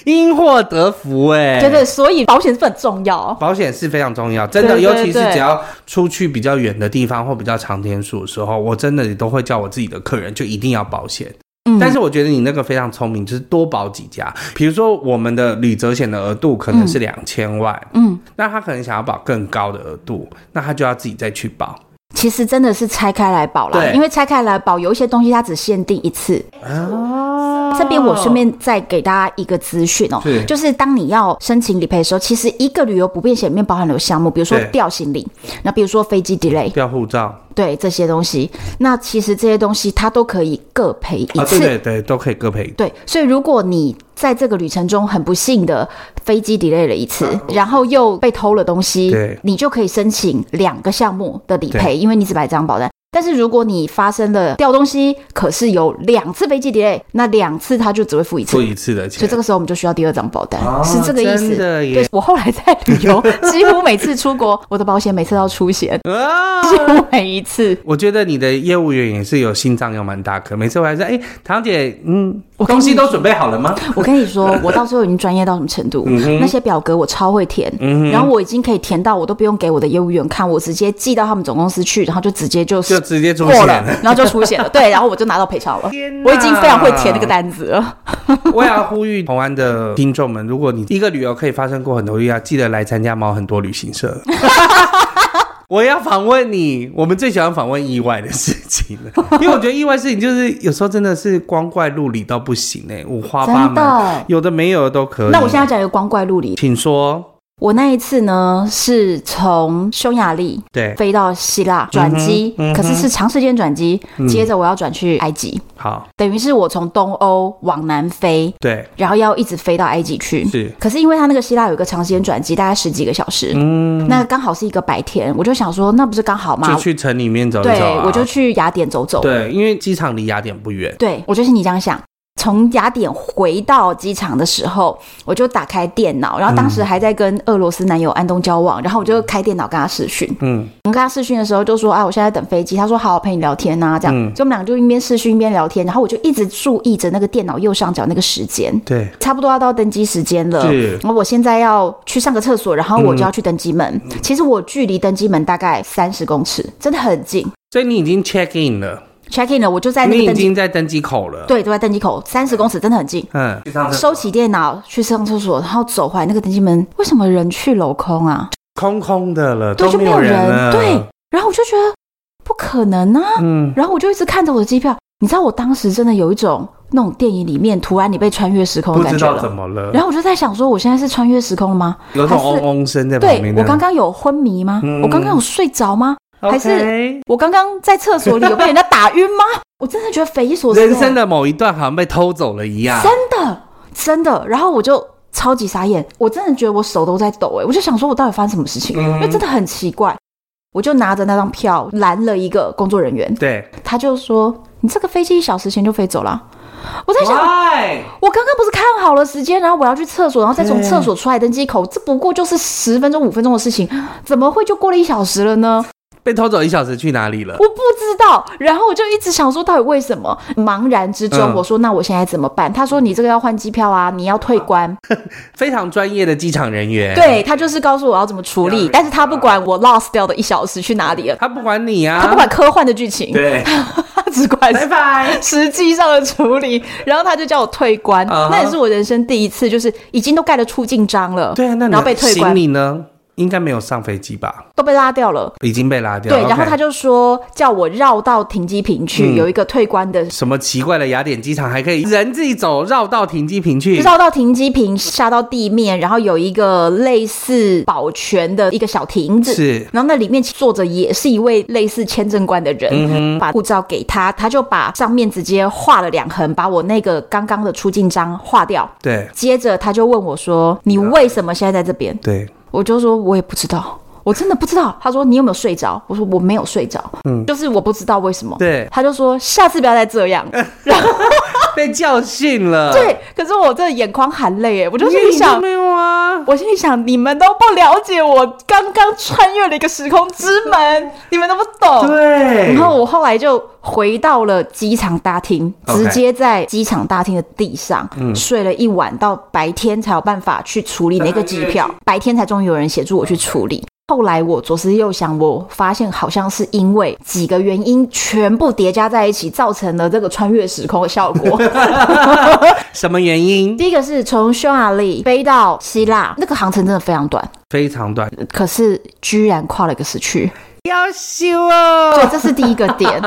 Speaker 2: 因祸得福哎、
Speaker 1: 对对，所以保险是很重要。
Speaker 2: 保险是非常重要，真的，
Speaker 1: 对对
Speaker 2: 尤其是
Speaker 1: 对
Speaker 2: 只要出去比较远的地方或比较长天数的时候，我真的也都会叫我自己的客人就一定要保险。
Speaker 1: 嗯
Speaker 2: 但是我觉得你那个非常聪明，就是多保几家。比如说，我们的旅责险的额度可能是两千万，
Speaker 1: 嗯，
Speaker 2: 那他可能想要保更高的额度，那他就要自己再去保。
Speaker 1: 其实真的是拆开来保啦，
Speaker 2: 对
Speaker 1: 因为拆开来保有一些东西它只限定一次。
Speaker 2: 啊
Speaker 1: 哦，啊这边我顺便再给大家一个资讯哦
Speaker 2: 是，
Speaker 1: 就是当你要申请理赔的时候，其实一个旅游不便险里面包含了有项目，比如说
Speaker 2: 对
Speaker 1: 掉行李，那比如说飞机 delay，
Speaker 2: 掉护照啊，
Speaker 1: 对这些东西，那其实这些东西它都可以各赔一次。
Speaker 2: 啊对对对，都可以各赔一
Speaker 1: 对，所以如果你在这个旅程中很不幸的飞机 delay 了一次，然后又被偷了东西
Speaker 2: 嗯对，
Speaker 1: 你就可以申请两个项目的理
Speaker 2: 对
Speaker 1: 赔，因为你只买一张保单。但是如果你发生了掉东西，可是有两次飞机 delay，那两次它就只会付一次
Speaker 2: 付，一次的
Speaker 1: 所以
Speaker 2: 钱
Speaker 1: 这。个时候我们就需要第二张保单，
Speaker 2: 哦
Speaker 1: 是这个意
Speaker 2: 真
Speaker 1: 思。
Speaker 2: 的
Speaker 1: 对
Speaker 2: 耶，
Speaker 1: 我后来在旅游，几乎每次出国，我的保险每次都要出险，
Speaker 2: 啊！
Speaker 1: 几乎每一次。
Speaker 2: 我觉得你的业务员也是有心脏有蛮大颗，每次我还说，哎、唐姐，嗯，
Speaker 1: 我跟
Speaker 2: 东西
Speaker 1: 你
Speaker 2: 都准备好了吗？
Speaker 1: 我跟你 说，我到最后已经专业到什么程度？
Speaker 2: 嗯
Speaker 1: 那些表格我超会填，然后我已经可以填到我都不用给我的业务员看，我直接寄到他们总公司去，然后就直接就
Speaker 2: 就直接出
Speaker 1: 过
Speaker 2: 现
Speaker 1: 了，然后就出现了，对，然后我就拿到赔偿了
Speaker 2: 天。哪
Speaker 1: 我已经非常会填那个单子了，
Speaker 2: 我也要呼吁同安的听众们，如果你一个旅游可以发生过很多意外，记得来参加毛很多旅行 社。我要访问你，我们最喜欢访问意外的事情 了，因为我觉得意外事情就是有时候真的是光怪陆离到不行哎、五花八
Speaker 1: 真
Speaker 2: 门，
Speaker 1: 的。
Speaker 2: 有的没有的都可以。
Speaker 1: 那我现在讲一个光怪陆离。
Speaker 2: 请说，
Speaker 1: 我那一次呢，是从匈牙利
Speaker 2: 对，
Speaker 1: 飞到希腊转机，
Speaker 2: 嗯哼嗯
Speaker 1: 可是是长时间转机，接着我要转去埃及，
Speaker 2: 好，
Speaker 1: 等于是我从东欧往南飞，
Speaker 2: 对，
Speaker 1: 然后要一直飞到埃及去。
Speaker 2: 是，
Speaker 1: 可是因为他那个希腊有一个长时间转机，大概十几个小时，
Speaker 2: 嗯，
Speaker 1: 那刚好是一个白天，我就想说那不是刚好
Speaker 2: 就
Speaker 1: 吗？
Speaker 2: 去城里面走一
Speaker 1: 对
Speaker 2: 走、啊，，
Speaker 1: 我就去雅典走走。
Speaker 2: 对，因为机场离雅典不远，
Speaker 1: 对我就是你这样想。从雅典回到机场的时候，我就打开电脑，然后当时还在跟俄罗斯男友安东交往，然后我就开电脑跟他视讯。
Speaker 2: 嗯，
Speaker 1: 我们跟他视讯的时候就说：“啊，我现在在等飞机。”他说：“好，我陪你聊天啊呐、这样，
Speaker 2: 嗯
Speaker 1: 所以我们两个就一边视讯一边聊天，然后我就一直注意着那个电脑右上角那个时间，
Speaker 2: 对，
Speaker 1: 差不多要到登机时间了。
Speaker 2: 是
Speaker 1: 然后我现在要去上个厕所，然后我就要去登机门。
Speaker 2: 嗯
Speaker 1: 其实我距离登机门大概三十公尺，真的很近。
Speaker 2: 所以你已经 check in 了，
Speaker 1: check in 了，我就在那
Speaker 2: 你
Speaker 1: 个
Speaker 2: 已
Speaker 1: 登机，
Speaker 2: 经在登机口了，
Speaker 1: 对，就在登机口，三十公尺真的很近。
Speaker 2: 嗯，
Speaker 1: 收起电脑去上厕所，然后走回来那个登机门，为什么人去楼空啊？
Speaker 2: 空空的了，
Speaker 1: 对，
Speaker 2: 都
Speaker 1: 就
Speaker 2: 没
Speaker 1: 没有
Speaker 2: 人
Speaker 1: 人。
Speaker 2: 了，
Speaker 1: 对，，然后我就觉得不可能啊，
Speaker 2: 嗯，
Speaker 1: 然后我就一直看着我的机票，你知道我当时真的有一种那种电影里面突然你被穿越时空
Speaker 2: 不
Speaker 1: 的感
Speaker 2: 知
Speaker 1: 觉
Speaker 2: 道怎
Speaker 1: 了。
Speaker 2: 么了，
Speaker 1: 然后我就在想说，我现在是穿越时空了吗？
Speaker 2: 有种
Speaker 1: 还是
Speaker 2: 嗡嗡声在旁
Speaker 1: 对
Speaker 2: 边，
Speaker 1: 我刚刚有昏迷吗？
Speaker 2: 嗯
Speaker 1: 我刚刚有睡着吗？还是
Speaker 2: OK
Speaker 1: 我刚刚在厕所里有被人家打晕吗？我真的觉得匪夷所思，哦
Speaker 2: 人生的某一段好像被偷走了一样，
Speaker 1: 真的真的。然后我就超级傻眼，我真的觉得我手都在抖哎、我就想说我到底发生什么事情，
Speaker 2: 嗯
Speaker 1: 因为真的很奇怪。我就拿着那张票拦了一个工作人员，
Speaker 2: 对，
Speaker 1: 他就说：“你这个飞机一小时前就飞走了啊。”我在想，
Speaker 2: 哎，
Speaker 1: 我刚刚不是看好了时间，然后我要去厕所，然后再从厕所出来登机口，这不过就是十分钟、五分钟的事情，怎么会就过了一小时了呢？
Speaker 2: 被偷走一小时去哪里了？
Speaker 1: 我不知道。然后我就一直想说，到底为什么？茫然之中，
Speaker 2: 嗯
Speaker 1: 我说那我现在怎么办？他说你这个要换机票啊，你要退关。
Speaker 2: 非常专业的机场人员，，
Speaker 1: 对他就是告诉我要怎么处
Speaker 2: 啊
Speaker 1: 理，但是他不管我 lost 掉的一小时去哪里了，
Speaker 2: 他不管你啊，
Speaker 1: 他不管科幻的剧情，
Speaker 2: 对，哎
Speaker 1: 他只管
Speaker 2: 拜 拜。
Speaker 1: 实际上的处理，然后他就叫我退关
Speaker 2: 啊哈
Speaker 1: 那也是我人生第一次，就是已经都盖了出境章了，
Speaker 2: 对啊，那你
Speaker 1: 然后被退
Speaker 2: 行
Speaker 1: 关，
Speaker 2: 李呢？应该没有上飞机吧？
Speaker 1: 都被拉掉了。
Speaker 2: 已经被拉掉。
Speaker 1: 对，然后
Speaker 2: OK
Speaker 1: 他就说叫我绕到停机坪去，
Speaker 2: 嗯
Speaker 1: 有一个退关的，
Speaker 2: 什么奇怪的雅典机场还可以人自己走绕到停机坪去？
Speaker 1: 绕到停机坪下到地面，然后有一个类似保全的一个小亭子。
Speaker 2: 是
Speaker 1: 然后那里面坐着也是一位类似签证官的人，把护照给他，他就把上面直接画了两横，把我那个刚刚的出境章划掉，
Speaker 2: 对
Speaker 1: 接着他就问我说：“你为什么现在在这边
Speaker 2: 对，？”
Speaker 1: 我就说：“我也不知道，我真的不知道。”他说：“你有没有睡着？”我说：“我没有睡着，嗯，就是我不知道为什么。”
Speaker 2: 对
Speaker 1: 他就说：“下次不要再这样。”然后
Speaker 2: 被教训了。
Speaker 1: 对，可是我这眼眶含泪哎，我就
Speaker 2: 因为
Speaker 1: 心
Speaker 2: 你
Speaker 1: 里
Speaker 2: 都
Speaker 1: 想，
Speaker 2: 没有啊，
Speaker 1: 我心里想，你们都不了解我刚刚穿越了一个时空之门，你们都不懂。
Speaker 2: 对，
Speaker 1: 然后我后来就回到了机场大厅，
Speaker 2: OK
Speaker 1: 直接在机场大厅的地上睡了一晚，到白天才有办法去处理那个机票，白天才终于有人协助我去处理。后来我左思右想，我发现好像是因为几个原因全部叠加在一起，造成了这个穿越时空的效果。
Speaker 2: 什么原因？
Speaker 1: 第一个是从匈牙利飞到希腊，那个航程真的非常短，
Speaker 2: 非常短，
Speaker 1: 可是居然跨了一个时 区，
Speaker 2: 要修哦。
Speaker 1: 对，这是第一个 点。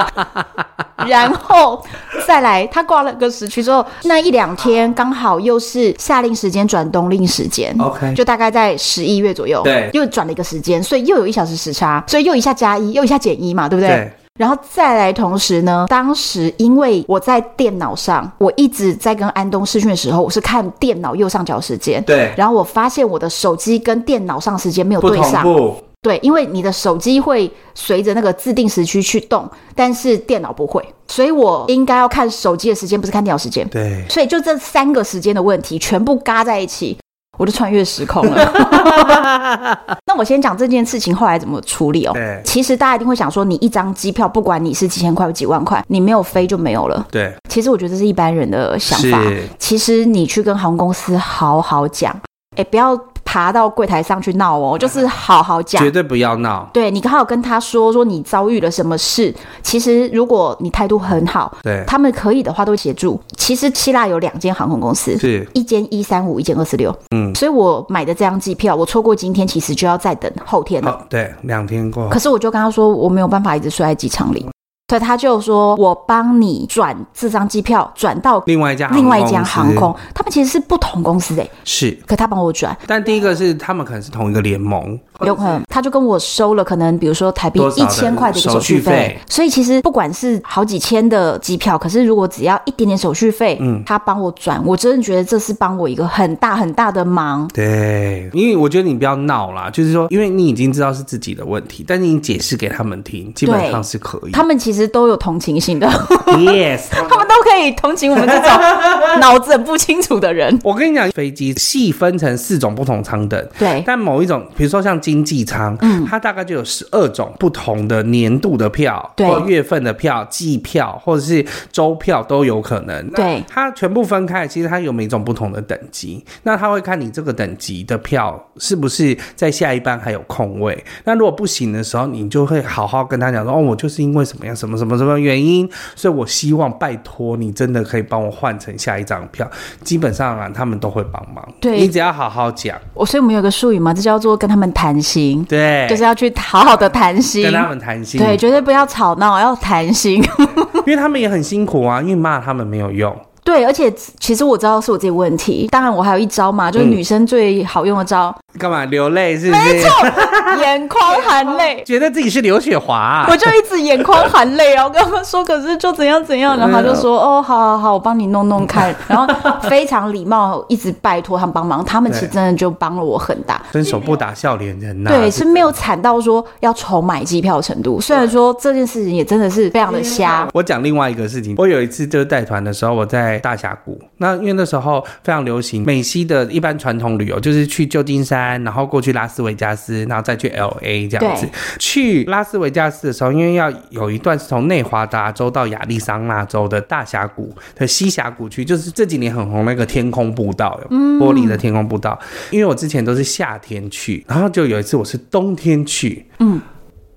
Speaker 1: 然后再来，他挂了个时区之后，那一两天刚好又是夏令时间转冬令时间
Speaker 2: OK
Speaker 1: 就大概在十一月左右，
Speaker 2: 对
Speaker 1: 又转了一个时间，所以又有一小时时差，所以又一下加一，又一下减一嘛，对不对？
Speaker 2: 对
Speaker 1: 然后再来，同时呢，当时因为我在电脑上，我一直在跟安东视讯的时候，我是看电脑右上角时间，
Speaker 2: 对，
Speaker 1: 然后我发现我的手机跟电脑上时间没有
Speaker 2: 不
Speaker 1: 对
Speaker 2: 同
Speaker 1: 上，
Speaker 2: 步。
Speaker 1: 对，因为你的手机会随着那个自定时区去动，但是电脑不会，所以我应该要看手机的时间，不是看电脑时间。
Speaker 2: 对，
Speaker 1: 所以就这三个时间的问题全部嘎在一起，我就穿越时空了。 那我先讲这件事情后来怎么处理哦
Speaker 2: 对。
Speaker 1: 其实大家一定会想说，你一张机票，不管你是几千块或几万块，你没有飞就没有了。
Speaker 2: 对，
Speaker 1: 其实我觉得这是一般人的想
Speaker 2: 是
Speaker 1: 法。其实你去跟航空公司好好讲，哎，不要爬到柜台上去闹哦，就是好好讲
Speaker 2: 绝。对不要闹。
Speaker 1: 对你刚好跟他说说你遭遇了什么事，其实如果你态度很好，
Speaker 2: 对，
Speaker 1: 他们可以的话都会协助。其实希腊有两间航空公司，
Speaker 2: 是，
Speaker 1: 一间一三五，一间二四六。
Speaker 2: 嗯，
Speaker 1: 所以我买的这张机票，我错过今天，其实就要再等后天了。
Speaker 2: 好，对，两天过后
Speaker 1: 可，是我就跟他说我没有办法一直睡在机场
Speaker 2: 哦
Speaker 1: 里，所以他就说我帮你转这张机票转到
Speaker 2: 另外一家
Speaker 1: 另外一家
Speaker 2: 航
Speaker 1: 航
Speaker 2: 空
Speaker 1: 空
Speaker 2: 公司，
Speaker 1: 他们其实是不同公司诶、欸
Speaker 2: 是，
Speaker 1: 可他帮我转，
Speaker 2: 但第一个是他们可能是同一个联盟，
Speaker 1: 有可能他就跟我收了可能比如说台币
Speaker 2: 多少
Speaker 1: 一
Speaker 2: 的
Speaker 1: 千块的一个手续
Speaker 2: 手续
Speaker 1: 费
Speaker 2: 费，
Speaker 1: 所以其实不管是好几千的机票，可是如果只要一点点手续费，嗯，他帮我转，我真的觉得这是帮我一个很大很大的忙。
Speaker 2: 对，因为我觉得你不要闹啦，就是说，因为你已经知道是自己的问题，但你解释给他们听，基本上是可以。
Speaker 1: 他们其实都有同情心的，
Speaker 2: yes，
Speaker 1: 他们都可以同情我们这 种脑子很不清楚的人。
Speaker 2: 我跟你讲，飞机细分成四种不同舱等。
Speaker 1: 对，
Speaker 2: 但某一种，比如说像经济舱，嗯，它大概就有十二种不同的年度的票，
Speaker 1: 对
Speaker 2: 或月份的票、季票或者是周票都有可能。
Speaker 1: 对
Speaker 2: 那它全部分开，其实它有每种不同的等级。那它会看你这个等级的票是不是在下一班还有空位。那如果不行的时候，你就会好好跟他讲说，哦，我就是因为什么样、什么什么什么原因，所以我希望拜托你真的可以帮我换成下一张票。基本上啊，他们都会帮忙。
Speaker 1: 对
Speaker 2: 你只要好好讲，
Speaker 1: 我所以我们有个术语嘛，这叫做跟他们谈心，
Speaker 2: 对，
Speaker 1: 就是要去好好的谈心
Speaker 2: 跟。他们谈心，
Speaker 1: 对，绝对不要吵闹，要谈心。
Speaker 2: 因为他们也很辛苦啊，因为骂他们没有用，
Speaker 1: 对，而且其实我知道是我自己问题，当然我还有一招嘛，
Speaker 2: 嗯
Speaker 1: 就是女生最好用的 招，
Speaker 2: 干嘛流泪是不是？
Speaker 1: 眼眶含泪。
Speaker 2: 觉得自己是刘雪华、啊
Speaker 1: 我就一直眼眶含泪，然后跟他们说，可是就怎样怎样，然后他就说，哦，好好好，我帮你弄弄看，然后非常礼貌，一直拜托他们帮忙，他们其实
Speaker 2: 对
Speaker 1: 真的就帮了我很大，
Speaker 2: 伸手不打笑脸人呐、
Speaker 1: 对，是没有惨到说要重买机票的程度，虽然说这件事情也真的是非常的瞎，
Speaker 2: 我讲另外一个事情，我有一次就是带团的时候，我在大峡谷，那因为那时候非常流行美西的一般传统旅游，就是去旧金山，然后过去拉斯维加斯，然后再去 L A 这样子
Speaker 1: 对。
Speaker 2: 去拉斯维加斯的时候，因为要有一段是从内华达州到亚利桑那州的大峡谷的西峡谷区，就是这几年很红那个天空步道，有玻璃的天空步道。因为我之前都是夏天去，然后就有一次我是冬天去，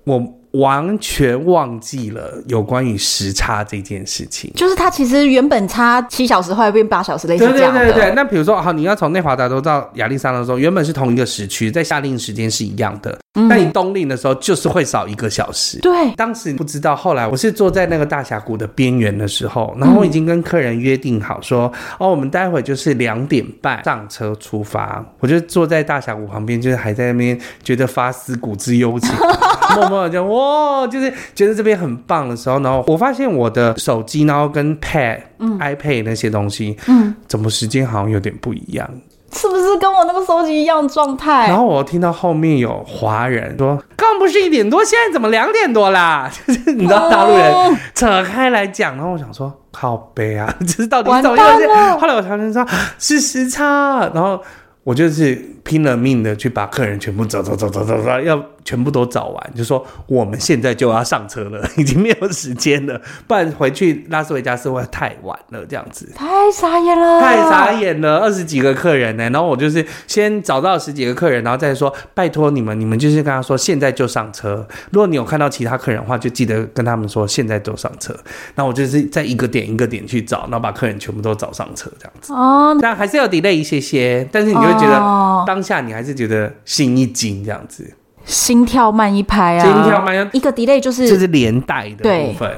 Speaker 2: 我完全忘记了有关于时差这件事情。
Speaker 1: 就是他其实原本差七小时，后来变八小时，类似这样的。
Speaker 2: 对对对，那比如说，好，你要从内华达州到亚利桑那州，原本是同一个时区，在夏令时间是一样的，
Speaker 1: 嗯
Speaker 2: 但你冬令的时候就是会少一个小时。
Speaker 1: 对
Speaker 2: 当时不知道，后来我是坐在那个大峡谷的边缘的时候，然后我已经跟客人约定好说，哦，我们待会就是两点半上车出发。我就坐在大峡谷旁边，就是还在那边觉得发思古之幽情， 默默的就哇，就是觉得这边很棒的时候，然后我发现我的手机，然后跟 Pad、iPad 那些东西，嗯，怎么时间好像有点不一样。
Speaker 1: 是不是跟我那个时候一样状态
Speaker 2: 然？后我听到后面有华人说，刚不是一点多，现在怎么两点多啦？ 就是你知道大陆人
Speaker 1: 哦
Speaker 2: 扯开来讲，然后我想说靠背啊， 就是到底是怎么
Speaker 1: 完蛋
Speaker 2: 回事
Speaker 1: 了？
Speaker 2: 后来我才知道啊是时差，然后我就是拼了命的去把客人全部找找找找找找，要全部都找完，就说我们现在就要上车了， 已经没有时间了，不然回去拉斯维加斯会太晚了，这样子。
Speaker 1: 太傻眼了，
Speaker 2: 太傻眼了，二十几个客人呢、然后我就是先找到十几个客人，然后再说拜托你们，你们就是跟他说现在就上车。如果你有看到其他客人的话，就记得跟他们说现在就上车。那我就是在一个点一个点去找，然后把客人全部都找上车这样子。
Speaker 1: 哦！
Speaker 2: 但还是要 delay 一些些，但是你就会觉得、
Speaker 1: 哦
Speaker 2: 当下你还是觉得心一惊这样子，
Speaker 1: 心跳慢一拍啊，
Speaker 2: 心跳慢一
Speaker 1: 一个 delay 就
Speaker 2: 这
Speaker 1: 是，
Speaker 2: 是连带的
Speaker 1: 对
Speaker 2: 部分。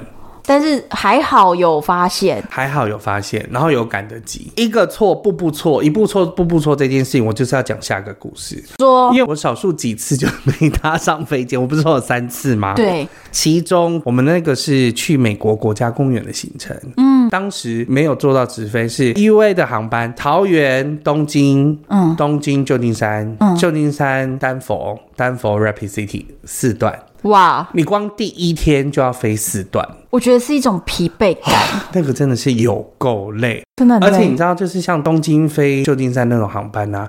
Speaker 1: 但是还好有发现，
Speaker 2: 还好有发现，然后有赶得及，一个错步步错，一步错步步错这件事情，我就是要讲下个故事。
Speaker 1: 说
Speaker 2: 因为我少数几次就没搭上飞机，我不是说有三次吗？，
Speaker 1: 对，
Speaker 2: 其中我们那个是去美国国家公园的行程，嗯，当时没有坐到直飞，是 U A 的航班，桃园、东京、
Speaker 1: 嗯
Speaker 2: 东京、旧金山、旧金山、丹佛、丹佛 Rapid City 四段，
Speaker 1: 哇，
Speaker 2: 你光第一天就要飞四段，
Speaker 1: 我觉得是一种疲惫感，
Speaker 2: 那个真的是有够累，
Speaker 1: 真的很
Speaker 2: 而且你
Speaker 1: 累
Speaker 2: 知道，就是像东京飞旧金山那种航班啊。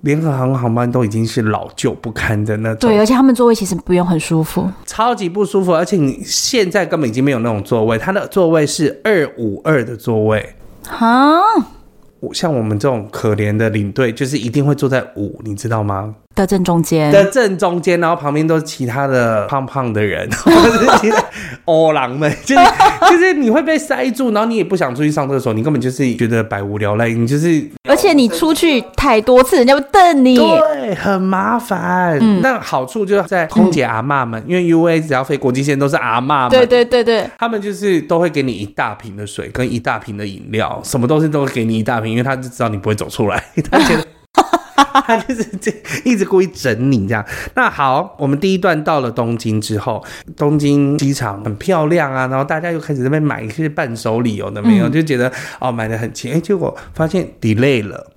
Speaker 2: 联合航空航班都已经是老旧不堪的那种
Speaker 1: 对，，而且他们座位其实不用很舒服，
Speaker 2: 超级不舒服，而且你现在根本已经没有那种座位，它的座位是二五二的座位。
Speaker 1: 哈，
Speaker 2: 我像我们这种可怜的领队，就是一定会坐在五，你知道吗？
Speaker 1: 的正中间，
Speaker 2: 的正中间，然后旁边都是其他的胖胖的人， 或者是其他欧郎们，就是就是你会被塞住，然后你也不想出去上厕所，你根本就是觉得百无聊赖，你就是
Speaker 1: 而且你出去太多次，人家会瞪你，
Speaker 2: 对，很麻烦。但好处就是在空姐阿嬷们，因为 U A 只要飞国际线都是阿嬷们，
Speaker 1: 对对对对，
Speaker 2: 他们就是都会给你一大瓶的水跟一大瓶的饮料，什么东西都会给你一大瓶，因为他就知道你不会走出来， 他觉得。他就是这一直故意整你这样。那好，我们第一段到了东京之后，东京机场很漂亮啊，然后大家又开始在那边买一些伴手礼，有的没有，就觉得哦买的很勤，哎、结果发现 delay 了。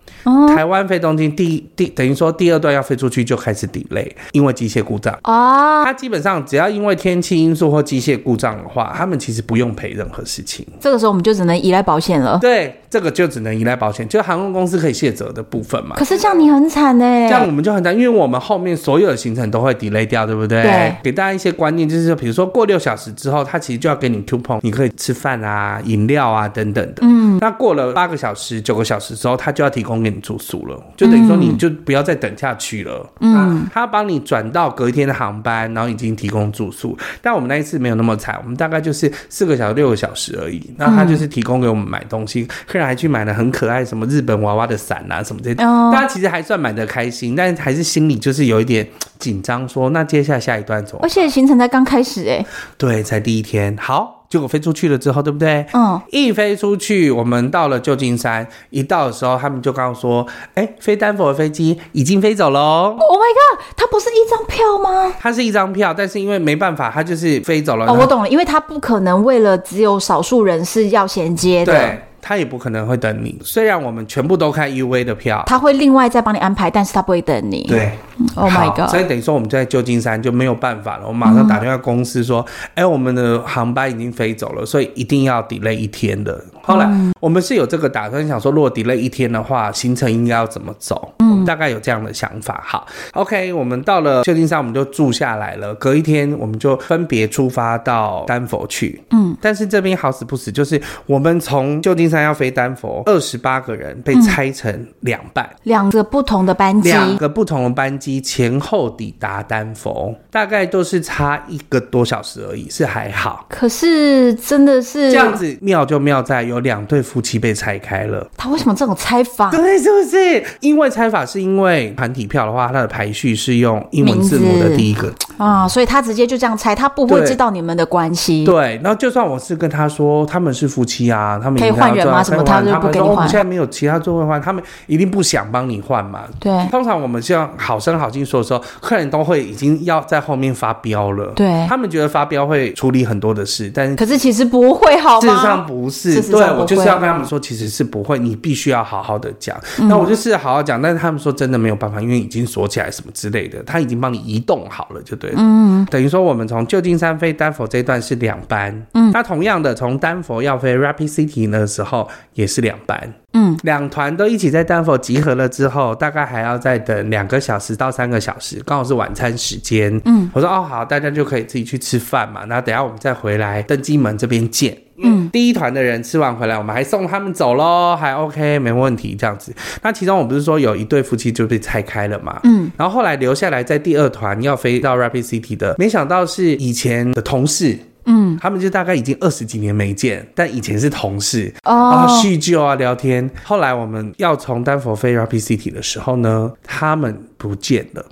Speaker 2: 台湾飞东京第第等于说第二段要飞出去就开始 delay，因为机械故障。
Speaker 1: 啊，
Speaker 2: 它基本上只要因为天气因素或机械故障的话，他们其实不用赔任何事情。
Speaker 1: 这个时候我们就只能依赖保险了。
Speaker 2: 对，这个就只能依赖保险，就航空公司可以卸责的部分嘛。
Speaker 1: 可是这样你很惨呢、欸
Speaker 2: 这样我们就很难，因为我们后面所有的行程都会 delay 掉，对不对？
Speaker 1: 对
Speaker 2: 给大家一些观念，就是比如说过六小时之后，它其实就要给你 coupon，你可以吃饭啊、饮料啊等等的。嗯，那过了八个小时、九个小时之后，它就要提供给你住宿了，就等于说你就不要再等下去了。嗯，它帮你转到隔一天的航班，然后已经提供住宿。但我们那一次没有那么惨，我们大概就是四个小时、六个小时而已。那他就是提供给我们买东西，客人还去买了很可爱什么日本娃娃的伞啊什么这些，
Speaker 1: 哦
Speaker 2: 大家其实还算买的开心，但还是心里就是有一点紧张，说那接下来下一段怎么
Speaker 1: 而？且行程才刚开始哎、
Speaker 2: 对，才第一天，好，结果飞出去了之后，对不对？
Speaker 1: 嗯，
Speaker 2: 一飞出去，我们到了旧金山，一到的时候，他们就告诉说，哎，飞丹佛的飞机已经飞走喽。
Speaker 1: Oh my god，它不是一张票吗？
Speaker 2: 它是一张票，但是因为没办法，它就是飞走了。
Speaker 1: 哦，我懂了，因为它不可能为了只有少数人是要衔接的，
Speaker 2: 对，他也不可能会等你。虽然我们全部都看 U V 的票，
Speaker 1: 它会另外再帮你安排，但是它不会等你。
Speaker 2: 对
Speaker 1: ，Oh my
Speaker 2: 好所
Speaker 1: god，
Speaker 2: 以等于说我们就在旧金山就没有办法了，我马上打电话公司说，哎、我们的航班已经飞走了，所以一定要 delay 一天的。后来
Speaker 1: 嗯
Speaker 2: 我们是有这个打算，想说如果 delay 一天的话，行程应该要怎么走？嗯，大概有这样的想法。好，OK，我们到了旧金山，我们就住下来了。隔一天，我们就分别出发到丹佛去。嗯，但是这边好死不死，就是我们从旧金山要飞丹佛，二十八个人
Speaker 1: 嗯
Speaker 2: 被拆成两半。
Speaker 1: 两个不同的班机，
Speaker 2: 两个不同的班机前后抵达丹佛，大概都是差一个多小时而已，是还好。
Speaker 1: 可是真的是
Speaker 2: 这样，子妙就妙在有两对夫妻被拆开了，
Speaker 1: 他为什么这种拆法？
Speaker 2: 对，是不是？因为拆法是因为团体票的话，它的排序是用英文字母的第一个，
Speaker 1: 啊，所以他直接就这样猜，他不会
Speaker 2: 对
Speaker 1: 知道你们的关系。
Speaker 2: 对，然后就算我是跟他说他们是夫妻啊，他们
Speaker 1: 可以
Speaker 2: 一定要
Speaker 1: 换人吗
Speaker 2: 这样
Speaker 1: 什么
Speaker 2: 可以换
Speaker 1: 他就
Speaker 2: 他
Speaker 1: 不
Speaker 2: 们
Speaker 1: 给你
Speaker 2: 说我
Speaker 1: 换
Speaker 2: 们现在没有其他座位换，他们一定不想帮你换嘛。
Speaker 1: 对
Speaker 2: 通常我们像好声好气说的时候，客人都会已经要在后面发飙了。
Speaker 1: 对，
Speaker 2: 他们觉得发飙会处理很多的事，但是
Speaker 1: 可是其实不会好
Speaker 2: 事实上
Speaker 1: 吗？
Speaker 2: 不
Speaker 1: 事
Speaker 2: 是，
Speaker 1: 实
Speaker 2: 对
Speaker 1: 上不
Speaker 2: 我就是
Speaker 1: 会
Speaker 2: 要跟他们说，其实是不会，你必须要好好的讲。
Speaker 1: 嗯
Speaker 2: 那我就是好好讲，但是他们说真的没有办法，因为已经锁起来什么之类的，他已经帮你移动好了，就对了。嗯，等于说我们从旧金山飞丹佛这一段是两班，嗯，那同样的从丹佛要飞 Rapid City 的时候也是两班。
Speaker 1: 嗯，
Speaker 2: 两团都一起在丹佛集合了之后，大概还要再等两个小时到三个小时，刚好是晚餐时间。嗯，我说哦好，大家就可以自己去吃饭嘛。然后等一下我们再回来登机门这边见。嗯，第一团的人吃完回来，我们还送他们走喽，还 OK 没问题这样子。那其中我不是说有一对夫妻就被拆开了嘛？嗯，然后后来留下来在第二团要飞到 Rapid City 的，没想到是以前的同事。嗯，他们就大概已经二十几年没见，但以前是同事，啊，
Speaker 1: 哦，
Speaker 2: 叙旧啊，聊天。后来我们要从丹佛飞 Rapid City 的时候呢，他们不见了。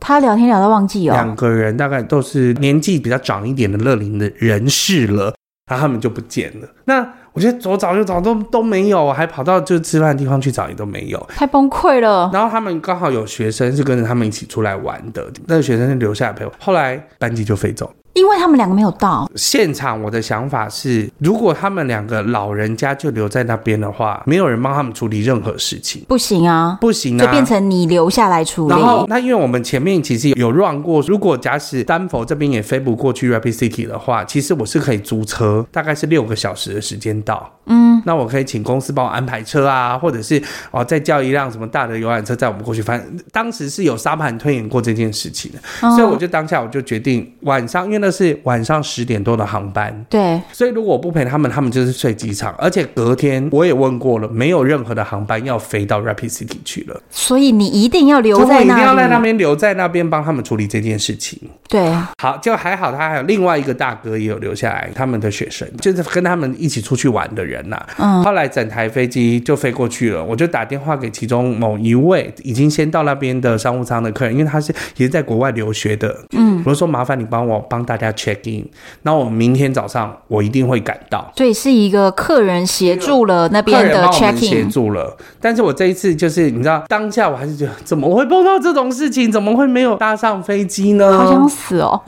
Speaker 1: 他聊天聊到忘记哦。
Speaker 2: 两个人大概都是年纪比较长一点的乐龄的人士了，然后他们就不见了。那我觉得走找就找都都没有，啊还跑到就吃饭的地方去找也都没有。
Speaker 1: 太崩溃了，
Speaker 2: 然后他们刚好有学生是跟着他们一起出来玩的，那个学生是留下来陪我。后来班级就飞走了。
Speaker 1: 因为他们两个没有到，
Speaker 2: 现场我的想法是，如果他们两个老人家就留在那边的话，没有人帮他们处理任何事情。
Speaker 1: 不行啊，
Speaker 2: 不行啊，
Speaker 1: 就变成你留下来处理
Speaker 2: 然。后，那因为我们前面其实有 run 过，如果假使丹佛这边也飞不过去 Rapid City 的话，其实我是可以租车，大概是六个小时的时间到。嗯，那我可以请公司帮我安排车啊，或者是哦再叫一辆什么大的游览车载我们过去。反正当时是有沙盘推演过这件事情的，
Speaker 1: 哦
Speaker 2: 所以我就当下我就决定晚上，因为那是晚上十点多的航班，
Speaker 1: 对，
Speaker 2: 所以如果我不陪他们，他们就是睡机场。而且隔天我也问过了，没有任何的航班要飞到 Rapid City 去了，
Speaker 1: 所以你一定要留
Speaker 2: 所以我
Speaker 1: 在
Speaker 2: 一定要在那
Speaker 1: 那里。
Speaker 2: 边留在那边帮他们处理这件事情。
Speaker 1: 对，
Speaker 2: 好，就还好，他还有另外一个大哥也有留下来，他们的学生就是跟他们一起出去玩的人呐、
Speaker 1: 嗯
Speaker 2: 后来整台飞机就飞过去了，我就打电话给其中某一位已经先到那边的商务舱的客人，因为他是也是在国外留学的，嗯，我就说麻烦你帮我帮大家 check in，那我明天早上我一定会赶到。
Speaker 1: 所以是一个客人协助了那
Speaker 2: 客
Speaker 1: 边
Speaker 2: 人
Speaker 1: 的
Speaker 2: 帮我们
Speaker 1: check
Speaker 2: 协
Speaker 1: in。
Speaker 2: 助了，但是我这一次就是你知道，当下我还是觉得怎么会碰到这种事情，怎么会没有搭上飞机呢？
Speaker 1: 好想死 哦，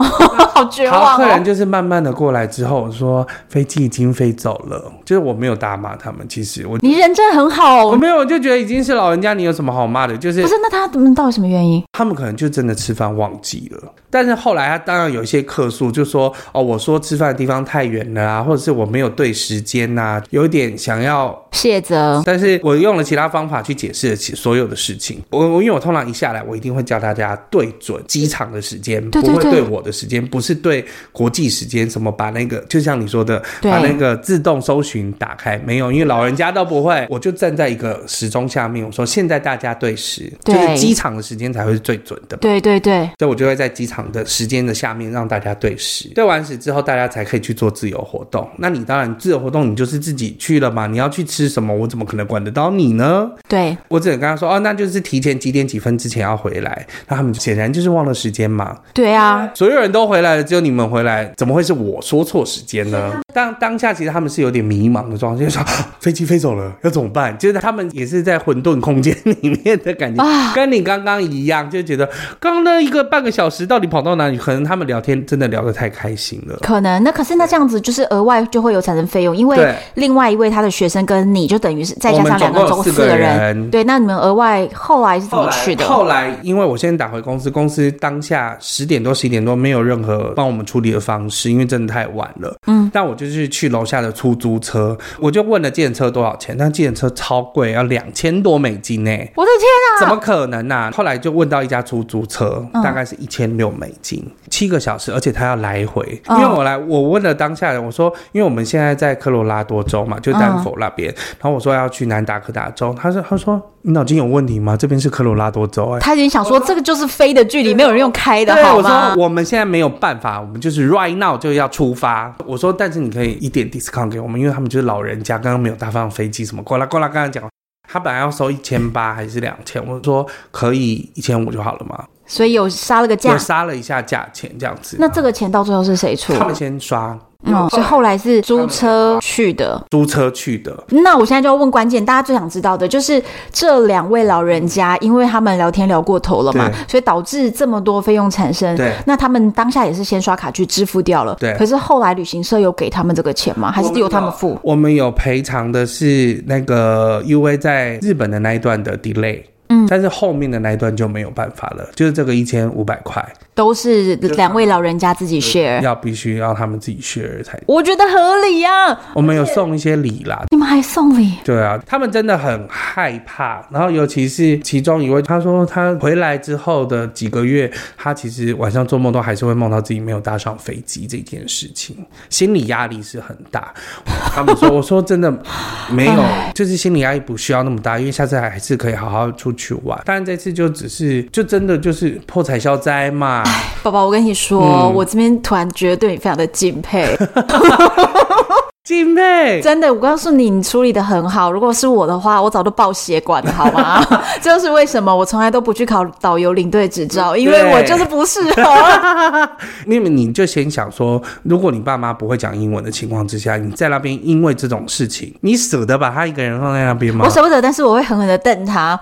Speaker 1: 好绝
Speaker 2: 好，
Speaker 1: 望
Speaker 2: 客人
Speaker 1: 哦！
Speaker 2: 就是慢慢的过来之后说，飞机已经飞走了，就是我没有大骂他们，其实我
Speaker 1: 你人真的很好
Speaker 2: 我
Speaker 1: 哦，
Speaker 2: 没有，我就觉得已经是老人家，你有什么好骂的？就是
Speaker 1: 不是？那他们到底什么原因？
Speaker 2: 他们可能就真的吃饭忘记了，但是后来他当然有一些客诉，就说哦，我说吃饭的地方太远了啊，或者是我没有对时间呐、有一点想要
Speaker 1: 谢泽，
Speaker 2: 但是我用了其他方法去解释了其所有的事情。我我因为我通常一下来，我一定会教大家对准机场的时间，
Speaker 1: 对对
Speaker 2: 不会
Speaker 1: 对
Speaker 2: 对我的时间，不是对国际时间。什么把那个就像你说的，
Speaker 1: 对
Speaker 2: 把那个自动搜寻打开，没有，因为老人家都不会。我就站在一个时钟下面，我说现在大家对时，就
Speaker 1: 对
Speaker 2: 是机场的时间才会是最准的。
Speaker 1: 对对对，
Speaker 2: 所以我就会在机场的时间的下面让大家对时，对完时之后，大家才可以去做自由活动。那你当然自由活动，你就是自己去了嘛，你要去吃什么，我怎么可能管得到你呢？
Speaker 1: 对，
Speaker 2: 我只能跟他说，哦，那就是提前几点几分之前要回来。那他们显然就是忘了时间嘛，
Speaker 1: 对啊，
Speaker 2: 所有人都回来了，只有你们回来，怎么会是我说错时间呢？当当下其实他们是有点迷茫的状态，就是说啊 飞机飞走了，要怎么办？就是他们也是在混沌空间里面的感觉，跟你刚刚一样，就觉得刚刚那一个半个小时到底跑到哪里？可能他们聊天真的聊得太开心了。
Speaker 1: 可能那可是那这样子就是额外就会有产生费用，因为
Speaker 2: 对
Speaker 1: 另外一位他的学生跟你就等于是再加上两
Speaker 2: 我
Speaker 1: 个
Speaker 2: 们总
Speaker 1: 周
Speaker 2: 共有
Speaker 1: 四
Speaker 2: 四
Speaker 1: 个
Speaker 2: 个
Speaker 1: 人，
Speaker 2: 人
Speaker 1: 对，那你们额外后来是怎么去的？
Speaker 2: 后来，因为我先打回公司，公司当下十点多、十一点多没有任何帮我们处理的方式，因为真的太晚了。嗯，但我就是去楼下的出租车，我就问了计程车多少钱，但计程车超贵，要两千多美金呢、
Speaker 1: 我的天
Speaker 2: 怎么可能呐、后来就问到一家出租车，大概是一千六美金，七个小时，而且他要来回。因
Speaker 1: 嗯
Speaker 2: 为我来，我问了当下人，我说，因为我们现在在科罗拉多州嘛，就丹佛那边，然后我说要去南达科达州，他说他说你脑筋有问题吗？这边是科罗拉多州、
Speaker 1: 啊！
Speaker 2: 哎。
Speaker 1: 他已经想说这个就是飞的距离，没有人用开的
Speaker 2: 对，
Speaker 1: 好
Speaker 2: 我
Speaker 1: 吗
Speaker 2: 说？我们现在没有办法，我们就是 right now 就要出发。我说，但是你可以一点 discount 给我们，因为他们就是老人家，刚刚没有搭上飞机什么。过来过来，刚刚讲，他本来要收一千八还是两千，我说可以一千五就好了嘛。
Speaker 1: 所以有杀了个价
Speaker 2: 有。杀了一下价钱这样子。
Speaker 1: 那这个钱到最后是谁出？
Speaker 2: 他们先刷
Speaker 1: 嗯，所以后来是租车去的。
Speaker 2: 租车去的，
Speaker 1: 那我现在就要问关键，大家最想知道的就是这两位老人家，因为他们聊天聊过头了嘛，
Speaker 2: 对
Speaker 1: 所以导致这么多费用产生。
Speaker 2: 对
Speaker 1: 那他们当下也是先刷卡去支付掉了。
Speaker 2: 对
Speaker 1: 可是后来旅行社有给他们这个钱吗？还是由他们付？
Speaker 2: 我们有赔偿的是那个 U V 在日本的那一段的 delay。
Speaker 1: 嗯
Speaker 2: 但是后面的那一段就没有办法了，就是这个一千五百块
Speaker 1: 都是两位老人家自己 share。
Speaker 2: 要必须要他们自己 share 才。
Speaker 1: 我觉得合理啊呀、
Speaker 2: 我们有送一些礼啦，
Speaker 1: 你们还送礼，
Speaker 2: 对啊，他们真的很害怕。然后尤其是其中一位，他说他回来之后的几个月，他其实晚上做梦都还是会梦到自己没有搭上飞机这件事情，心理压力是很大。他们说，我 说真的没有，就是心理压力不需要那么大，因为下次还是可以好好出去玩。但这次就只是就真的就是破财消灾嘛。
Speaker 1: 宝宝，我跟你说，
Speaker 2: 嗯
Speaker 1: 我这边突然觉得对你非常的敬佩，
Speaker 2: 敬佩，
Speaker 1: 真的，我告诉你，你处理的很好。如果是我的话，我早就爆血管了，好 吗？这就是为什么我从来都不去考导游领队执照，因为我就是不适 合。
Speaker 2: 那么你就先想说，如果你爸妈不会讲英文的情况之下，你在那边因为这种事情，你舍得把他一个人放在那边吗
Speaker 1: 我？舍不得，但是我会狠狠的瞪 他。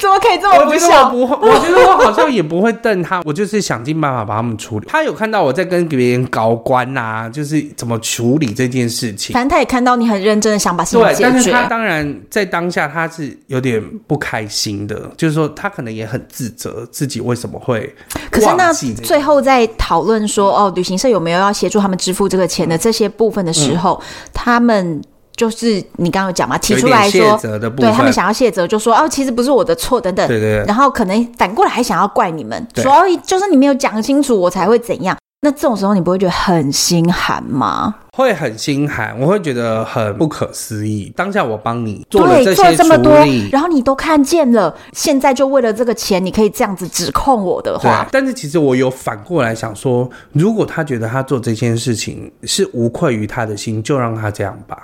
Speaker 1: 怎么可以这么
Speaker 2: 我
Speaker 1: 不
Speaker 2: 觉得我
Speaker 1: 孝？
Speaker 2: 不会，我觉得我好像也不会瞪他，我就是想尽办法把他们处理。他有看到我在跟别人搞官呐、就是怎么处理这件事情。
Speaker 1: 反正他也看到你很认真的想把事情
Speaker 2: 对，但
Speaker 1: 解
Speaker 2: 是
Speaker 1: 决。
Speaker 2: 他当然在当下他是有点不开心的，就是说他可能也很自责自己为什么会
Speaker 1: 可是那
Speaker 2: 忘记这件
Speaker 1: 最后在讨论说哦，旅行社有没有要协助他们支付这个钱的这些部分的时候，他们就是你刚刚有讲嘛，提
Speaker 2: 嗯有一
Speaker 1: 出
Speaker 2: 点
Speaker 1: 来
Speaker 2: 卸
Speaker 1: 说，
Speaker 2: 责的部
Speaker 1: 对
Speaker 2: 分，
Speaker 1: 他们想要卸责，就说哦，其实不是我的错等等，
Speaker 2: 对对对
Speaker 1: 然后可能反过来还想要怪你们，
Speaker 2: 对
Speaker 1: 说哦，就是你没有讲清楚，我才会怎样。那这种时候你不会觉得很心寒吗？
Speaker 2: 会很心寒，我会觉得很不可思议。当下我帮你做了
Speaker 1: 对，
Speaker 2: 这
Speaker 1: 做了
Speaker 2: 些
Speaker 1: 这么
Speaker 2: 处
Speaker 1: 多
Speaker 2: 理，，
Speaker 1: 然后你都看见了，现在就为了这个钱，你可以这样子指控我的
Speaker 2: 对
Speaker 1: 话，。
Speaker 2: 但是其实我有反过来想说，如果他觉得他做这件事情是无愧于他的心，就让他这样 吧。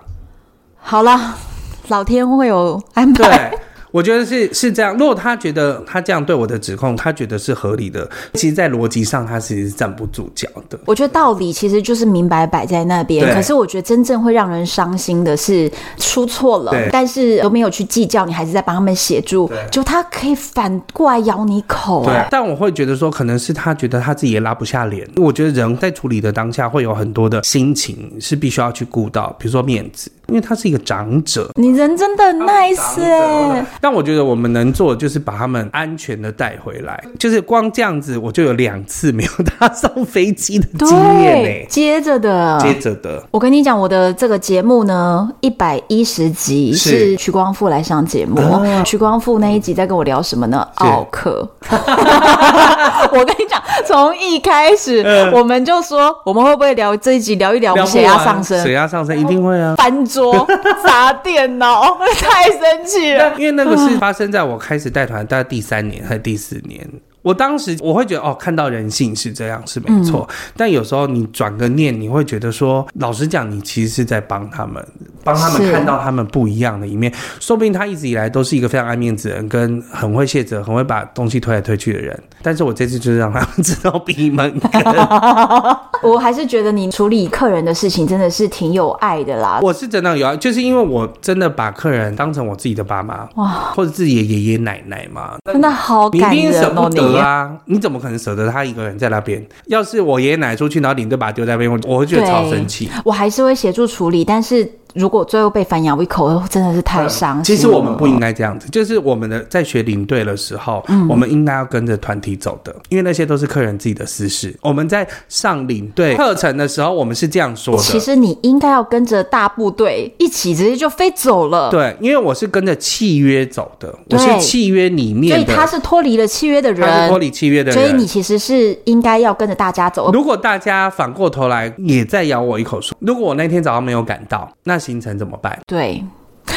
Speaker 1: 好了，老天会有安
Speaker 2: 对
Speaker 1: 排。。
Speaker 2: 我觉得是是这样，如果他觉得他这样对我的指控，他觉得是合理的，其实，在逻辑上他其实是站不住脚的。
Speaker 1: 我觉得道理其实就是明白摆在那边，
Speaker 2: 对
Speaker 1: 可是我觉得真正会让人伤心的是出错了
Speaker 2: 对，
Speaker 1: 但是都没有去计较，你还是在帮他们协助
Speaker 2: 对，
Speaker 1: 就他可以反过来咬你口、
Speaker 2: 对
Speaker 1: 哎，
Speaker 2: 但我会觉得说，可能是他觉得他自己也拉不下脸。我觉得人在处理的当下，会有很多的心情是必须要去顾到，比如说面子，因为他是一个长者。
Speaker 1: 你人真的很 nice 哎、
Speaker 2: 但我觉得我们能做的就是把他们安全的带回来，就是光这样子，我就有两次没有搭上飞机的经验呢、
Speaker 1: 对，
Speaker 2: 欸
Speaker 1: 接着的。
Speaker 2: 接着的，
Speaker 1: 我跟你讲，我的这个节目呢，一百一十集
Speaker 2: 是啊
Speaker 1: 是徐光复来上节目。徐光复那一集在跟我聊什么呢？
Speaker 2: 是
Speaker 1: 奥克。 我跟你讲，从一开始、
Speaker 2: 嗯
Speaker 1: 我们就说，我们会不会聊这一集聊一聊我们血压上
Speaker 2: 血
Speaker 1: 升、
Speaker 2: 压上升一定会啊。
Speaker 1: 翻 桌、砸电脑， 太生气了。
Speaker 2: 因为那个是发生在我开始带团大概第三年还是第四年。我当时我会觉得哦，看到人性是这样是没错，
Speaker 1: 嗯
Speaker 2: 但有时候你转个念，你会觉得说，老实讲，你其实是在帮他们，帮他们
Speaker 1: 是
Speaker 2: 看到他们不一样的一面。说不定他一直以来都是一个非常爱面子的人，跟很会卸责、很会把东西推来推去的人。但是我这次就是让他们知道闭门羹。
Speaker 1: 我还是觉得你处理客人的事情真的是挺有爱的啦。
Speaker 2: 我是真的有啊，就是因为我真的把客人当成我自己的爸妈，
Speaker 1: 哇，
Speaker 2: 或者自己的爷爷奶奶嘛，
Speaker 1: 真的好
Speaker 2: 你一
Speaker 1: 感
Speaker 2: 定
Speaker 1: 人
Speaker 2: 舍
Speaker 1: 哦
Speaker 2: 不！
Speaker 1: 你
Speaker 2: 得啊！你怎么可能舍得他一个人在那边？要是我爷爷奶奶出去，然后领队把他丢在那边，我我会觉得超生气。
Speaker 1: 我还是会协助处理，但是如果最后被反咬一口，真的是太伤心哦
Speaker 2: 其
Speaker 1: 了。
Speaker 2: 实我们不应该这样子，就是我们的在学领队的时候，
Speaker 1: 嗯
Speaker 2: 我们应该要跟着团体走的，因为那些都是客人自己的私事。我们在上领队课程的时候，我们是这样说
Speaker 1: 其
Speaker 2: 的。
Speaker 1: 实你应该要跟着大部队一起，直接就飞走了。，
Speaker 2: 对，因为我是跟着契约走的，我是
Speaker 1: 对
Speaker 2: 契约里
Speaker 1: 所
Speaker 2: 面
Speaker 1: 以
Speaker 2: 的，
Speaker 1: 他是脱离了契约的
Speaker 2: 他是脱
Speaker 1: 人，
Speaker 2: 离契约的
Speaker 1: 所
Speaker 2: 人，
Speaker 1: 以你其实是应该要跟着大家走。
Speaker 2: 如果大家反过头来也在咬我一口说，如果我那天早上没有赶到，那行程怎么办？
Speaker 1: 对，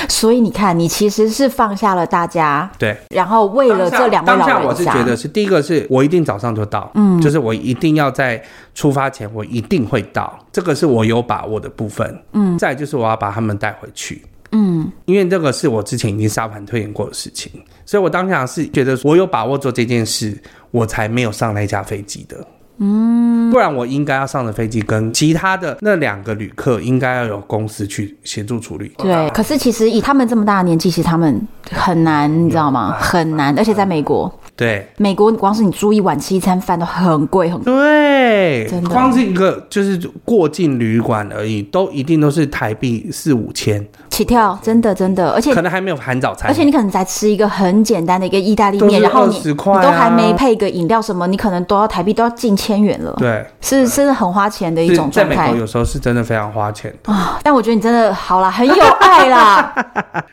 Speaker 1: 所以你看，你其实是放下了大家，
Speaker 2: 对，
Speaker 1: 然后为了这两位
Speaker 2: 当下
Speaker 1: 老
Speaker 2: 我
Speaker 1: 人
Speaker 2: 是
Speaker 1: 家
Speaker 2: 觉，得是第一个是我一定早上就到，嗯，就是我一定要在出发前我一定会到，这个是我有把握的部分，嗯，再来就是我要把他们带回去。
Speaker 1: 嗯，
Speaker 2: 因为这个是我之前已经沙盘推演过的事情，所以我当下是觉得我有把握做这件事，我才没有上那架飞机的。嗯，不然我应该要上的飞机跟其他的那两个旅客应该要有公司去协助处理。
Speaker 1: 对。可是其实以他们这么大的年纪，其实他们很难，你知道
Speaker 2: 嗯
Speaker 1: 吗？很难，而且在美国，
Speaker 2: 对
Speaker 1: 美国光是你住一晚吃一餐饭都很贵，很贵。
Speaker 2: 对
Speaker 1: 真，的
Speaker 2: 光是一个就是过境旅馆而已，都一定都是台币四五千，
Speaker 1: 起跳，真的真的，而且
Speaker 2: 可能还没有含早餐。
Speaker 1: 而且你可能才吃一个很简单的一个意大利面，
Speaker 2: 都
Speaker 1: 然
Speaker 2: 是
Speaker 1: 后你、
Speaker 2: 20块啊
Speaker 1: 你都还没配个饮料什么，你可能都要台币都要近千元了，
Speaker 2: 对，
Speaker 1: 是是很花钱的一种
Speaker 2: 是在
Speaker 1: 状
Speaker 2: 美
Speaker 1: 态
Speaker 2: 国有时候是真的非常花钱。
Speaker 1: 啊。但我觉得你真的好啦，很有爱 啦。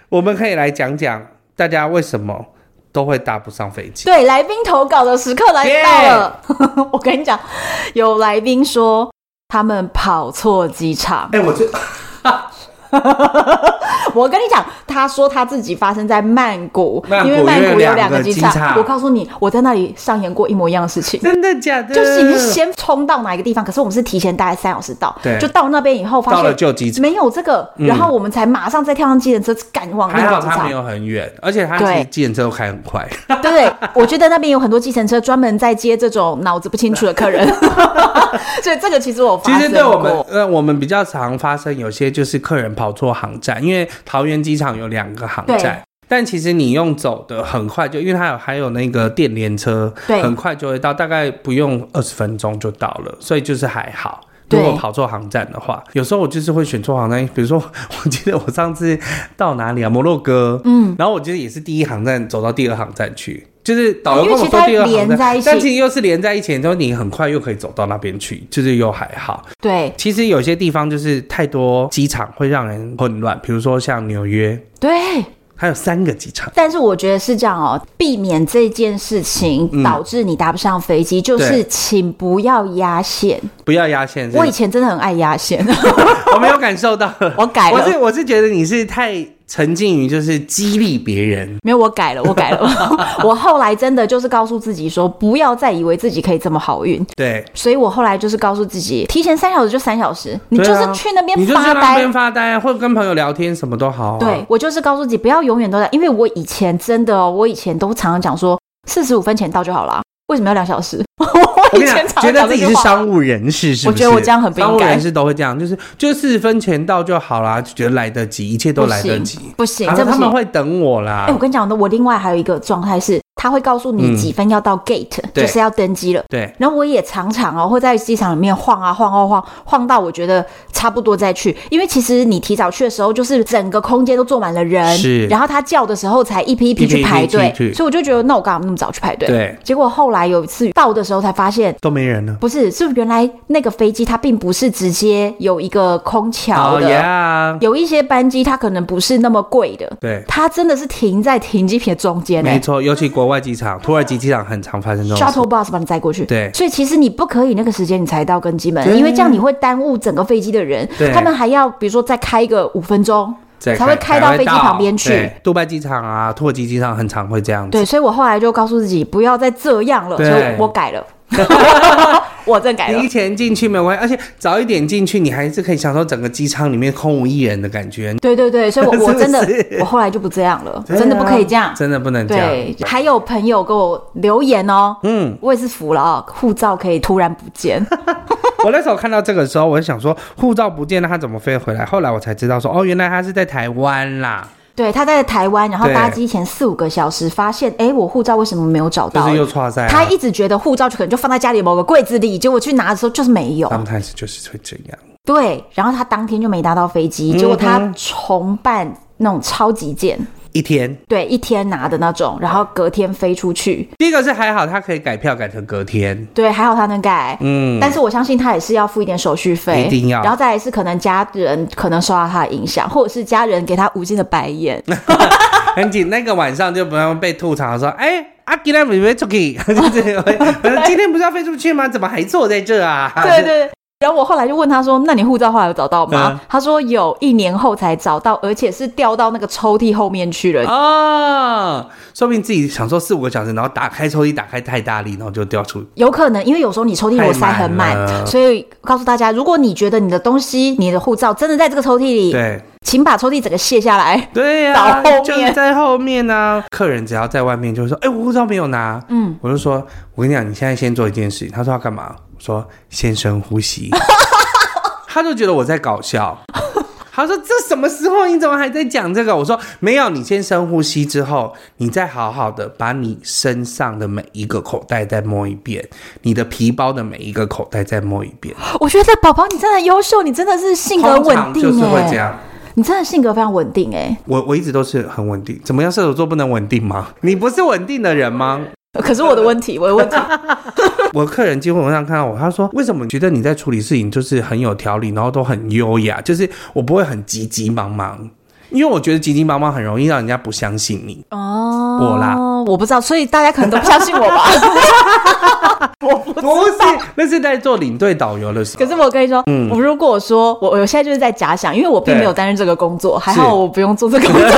Speaker 2: 我们可以来讲讲大家为什么都会搭不上飞机。
Speaker 1: 对，来宾投稿的时刻来到了。 我跟你讲，有来宾说他们跑错机场。
Speaker 2: 哎、我这
Speaker 1: 我跟你讲，他说他自己发生在曼谷，
Speaker 2: 曼谷
Speaker 1: 因为曼谷有两个机
Speaker 2: 因为有两个机场。
Speaker 1: 我告诉你，我在那里上演过一模一样的事情
Speaker 2: 真的假的？
Speaker 1: 就是你是先冲到哪一个地方，可是我们是提前大概三小时到，
Speaker 2: 对
Speaker 1: 就到那边以后发
Speaker 2: 到了
Speaker 1: 现
Speaker 2: 旧机场，
Speaker 1: 没有这个，
Speaker 2: 嗯
Speaker 1: 然后我们才马上再跳上计程车赶往
Speaker 2: 还
Speaker 1: 另外
Speaker 2: 好
Speaker 1: 机
Speaker 2: 它
Speaker 1: 场
Speaker 2: 没。有很远，而且它其实
Speaker 1: 对
Speaker 2: 计程车都开很快。
Speaker 1: 对对，我觉得那边有很多计程车专门在接这种脑子不清楚的客 人，所以这个其实我
Speaker 2: 其
Speaker 1: 发
Speaker 2: 实
Speaker 1: 生
Speaker 2: 对我们
Speaker 1: 过。
Speaker 2: 呃，我们比较常发生有些就是客人跑错航站，因为桃园机场有两个航站
Speaker 1: 对。
Speaker 2: 但其实你用走的很快就，因为它有还有那个电联车，
Speaker 1: 对
Speaker 2: 很快就会到，大概不用二十分钟就到了，所以就是还好。
Speaker 1: 对
Speaker 2: 如果跑错航站的话，有时候我就是会选错航站，比如说我记得我上次到哪里啊，摩洛哥，嗯，然后我觉得也是第一航站走到第二航站去，就是导游
Speaker 1: 因
Speaker 2: 跟
Speaker 1: 为
Speaker 2: 我
Speaker 1: 其实
Speaker 2: 说
Speaker 1: 它
Speaker 2: 第二航
Speaker 1: 连在一
Speaker 2: 站，
Speaker 1: 起
Speaker 2: 但其实又是连在一起，然后你很快又可以走到那边去，就是又还好。
Speaker 1: 对
Speaker 2: 其实有些地方就是太多机场会让人混乱，比如说像纽约，
Speaker 1: 对，
Speaker 2: 它有三个机场。
Speaker 1: 但是我觉得是这样哦，避免这件事情导致你搭不上飞机，就是
Speaker 2: 嗯对
Speaker 1: 请不要压线。
Speaker 2: 不要压线，是
Speaker 1: 我以前真的很爱压线，
Speaker 2: 我没有感受到。
Speaker 1: 我改
Speaker 2: 我
Speaker 1: 了
Speaker 2: 是。我是觉得你是太沉浸于就是激励别人，
Speaker 1: 没有，我改了，我改 了。我后来真的就是告诉自己说，不要再以为自己可以这么好运。
Speaker 2: 对，
Speaker 1: 所以我后来就是告诉自己，提前三小时就三小时，你就
Speaker 2: 对
Speaker 1: 是
Speaker 2: 啊
Speaker 1: 去那边
Speaker 2: 你就是
Speaker 1: 发
Speaker 2: 在那
Speaker 1: 呆
Speaker 2: 边。发呆，啊或者跟朋友聊天，什么都好、啊。
Speaker 1: 对，我就是告诉自己，不要永远都在，因为我以前真的哦，我以前都常常讲说，四十五分前到就好啦，为什么要两小时？我
Speaker 2: 我
Speaker 1: 以
Speaker 2: 跟你
Speaker 1: 前
Speaker 2: 讲，
Speaker 1: 常常
Speaker 2: 觉得
Speaker 1: 讲
Speaker 2: 自
Speaker 1: 这
Speaker 2: 己
Speaker 1: 句
Speaker 2: 是
Speaker 1: 话。
Speaker 2: 商务人士，是不是？
Speaker 1: 我觉得我这样很不应该
Speaker 2: 商务人士都会这样，就是就四十分前到就好啦，就觉得来得及，一切都来得及。
Speaker 1: 不行，
Speaker 2: 然
Speaker 1: 这
Speaker 2: 后
Speaker 1: 不
Speaker 2: 他
Speaker 1: 行
Speaker 2: 们。会等我啦。
Speaker 1: 哎、我跟你讲的，我另外还有一个状态是，他会告诉你
Speaker 2: 嗯
Speaker 1: 几分要到 gate，、
Speaker 2: 对
Speaker 1: 就是要登机了。
Speaker 2: 对，
Speaker 1: 然后我也常常哦，会在机场里面晃啊晃啊晃，晃到我觉得差不多再去，因为其实你提早去的时候，就是整个空间都坐满了人，
Speaker 2: 是
Speaker 1: 然后他叫的时候才一批一批
Speaker 2: 一批
Speaker 1: 去排队
Speaker 2: 一批，去
Speaker 1: 所以我就觉得那我干嘛那么早去排队？
Speaker 2: 对。
Speaker 1: 结果后来有一次到的时候才发现。
Speaker 2: 都没人了。
Speaker 1: 不是，是原来那个飞机它并不是直接有一个空桥
Speaker 2: 哦
Speaker 1: 的
Speaker 2: 呀，
Speaker 1: 有一些班机它可能不是那么贵的，
Speaker 2: 对，
Speaker 1: 它真的是停在停机坪的中间欸呢、
Speaker 2: 没错，尤其国外机场，土耳其机场很常发生这种事。
Speaker 1: shuttle bus 把你载过去。
Speaker 2: 对
Speaker 1: 所以其实你不可以那个时间你才到跟机门，
Speaker 2: 对
Speaker 1: 因为这样你会耽误整个飞机的人
Speaker 2: 对，
Speaker 1: 他们还要比如说再开一个五分钟。
Speaker 2: 再
Speaker 1: 才会开到飞
Speaker 2: 才
Speaker 1: 机旁边去
Speaker 2: 对杜拜机场啊，土耳其机场很常会这样子。
Speaker 1: 对，所以我后来就告诉自己不要再这样了，所
Speaker 2: 对
Speaker 1: 以我改 了，我真改了
Speaker 2: 你以。前进去没有关系，而且早一点进去，你还是可以享受整个机舱里面空无一人的感觉。
Speaker 1: 对对 对，所以我我
Speaker 2: 是不是
Speaker 1: 真的我后来就不这样了，
Speaker 2: 对啊
Speaker 1: 真的不可以这样。
Speaker 2: 真的不能这样。
Speaker 1: 对，还有朋友给我留言哦，
Speaker 2: 嗯，
Speaker 1: 我也是服了啊、护照可以突然不见。
Speaker 2: 我那时候看到这个时候，我就想说护照不见了，他怎么飞回来？后来我才知道说，哦，原来他是在台湾啦，
Speaker 1: 对，他在台湾，然后
Speaker 2: 对
Speaker 1: 搭机前四五个小时，发现哎，诶我护照为什么没有找
Speaker 2: 就
Speaker 1: 到？
Speaker 2: 是又错在、
Speaker 1: 他
Speaker 2: 啊。
Speaker 1: 一直觉得护照就可能就放在家里某个柜子里，结果去拿的时候就是没有
Speaker 2: 他。们开始就是会这样，
Speaker 1: 对，然后他当天就没搭到飞机，
Speaker 2: 嗯哼
Speaker 1: 结果他重办那种超级件，
Speaker 2: 一天。
Speaker 1: 对，一天拿的那种，然后隔天飞出去。
Speaker 2: 第一个是还好，他可以改票改成隔天，
Speaker 1: 对，还好他能改。
Speaker 2: 嗯，
Speaker 1: 但是我相信他也是要付一点手续费，
Speaker 2: 一定要
Speaker 1: 然后再来是可能家人可能受到他的影响，或者是家人给他无尽的白眼。
Speaker 2: 很紧，那个晚上就不要被吐槽说，哎、阿吉 拉没没出去，就是会今天不是要飞出去吗？怎么还坐在这啊？
Speaker 1: 对对，对然后我后来就问他说：“那你护照后来有找到吗？”
Speaker 2: 嗯
Speaker 1: 他说：“有一年后才找到，而且是掉到那个抽屉后面去了。
Speaker 2: 啊，说不定自己想说四五个小时，然后打开抽屉打开太大力，然后就掉出。
Speaker 1: 有可能因为有时候你抽屉我塞很
Speaker 2: 太满
Speaker 1: 满，
Speaker 2: 了
Speaker 1: 所以告诉大家，如果你觉得你的东西、你的护照真的在这个抽屉里，
Speaker 2: 对
Speaker 1: 请把抽屉整个卸下来。
Speaker 2: 对呀、
Speaker 1: 倒后面
Speaker 2: 就是在后面呢、客人只要在外面就说：“哎、我护照没有拿。”嗯，我就说：“我跟你讲，你现在先做一件事。”他说：“要干嘛？”我说：“先深 呼吸。”他就觉得我在搞笑。他说：“这什么时候？你怎么还在讲这个？”我说：“没有，你先深呼吸之后，你再好好的把你身上的每一个口袋再摸一遍，你的皮包的每一个口袋再摸一遍。”
Speaker 1: 我觉得宝宝你真的优秀，你真的是性格
Speaker 2: 通
Speaker 1: 稳
Speaker 2: 常
Speaker 1: 定
Speaker 2: 就是会
Speaker 1: 哎、
Speaker 2: 这样。
Speaker 1: 你真的性格非常稳定哎、
Speaker 2: 我我一直都是很稳定，怎么样？射手座不能稳定吗？你不是稳定的人吗？
Speaker 1: 可是我的问题，我的问题，
Speaker 2: 我客人基本上看到我，他说：“为什么你觉得你在处理事情就是很有条理，然后都很优雅？就是我不会很急急忙忙，因为我觉得急急忙忙很容易让人家不相信你。
Speaker 1: 哦，
Speaker 2: 我啦，
Speaker 1: 我不知道，所以大家可能都不相信我吧。
Speaker 2: 不是，那是在做领队导游的时候。
Speaker 1: 可是我跟你说，我如果说我我现在就是在假想，因为我并
Speaker 2: 嗯对
Speaker 1: 没有担任这个工作，还好我不用做这个工作。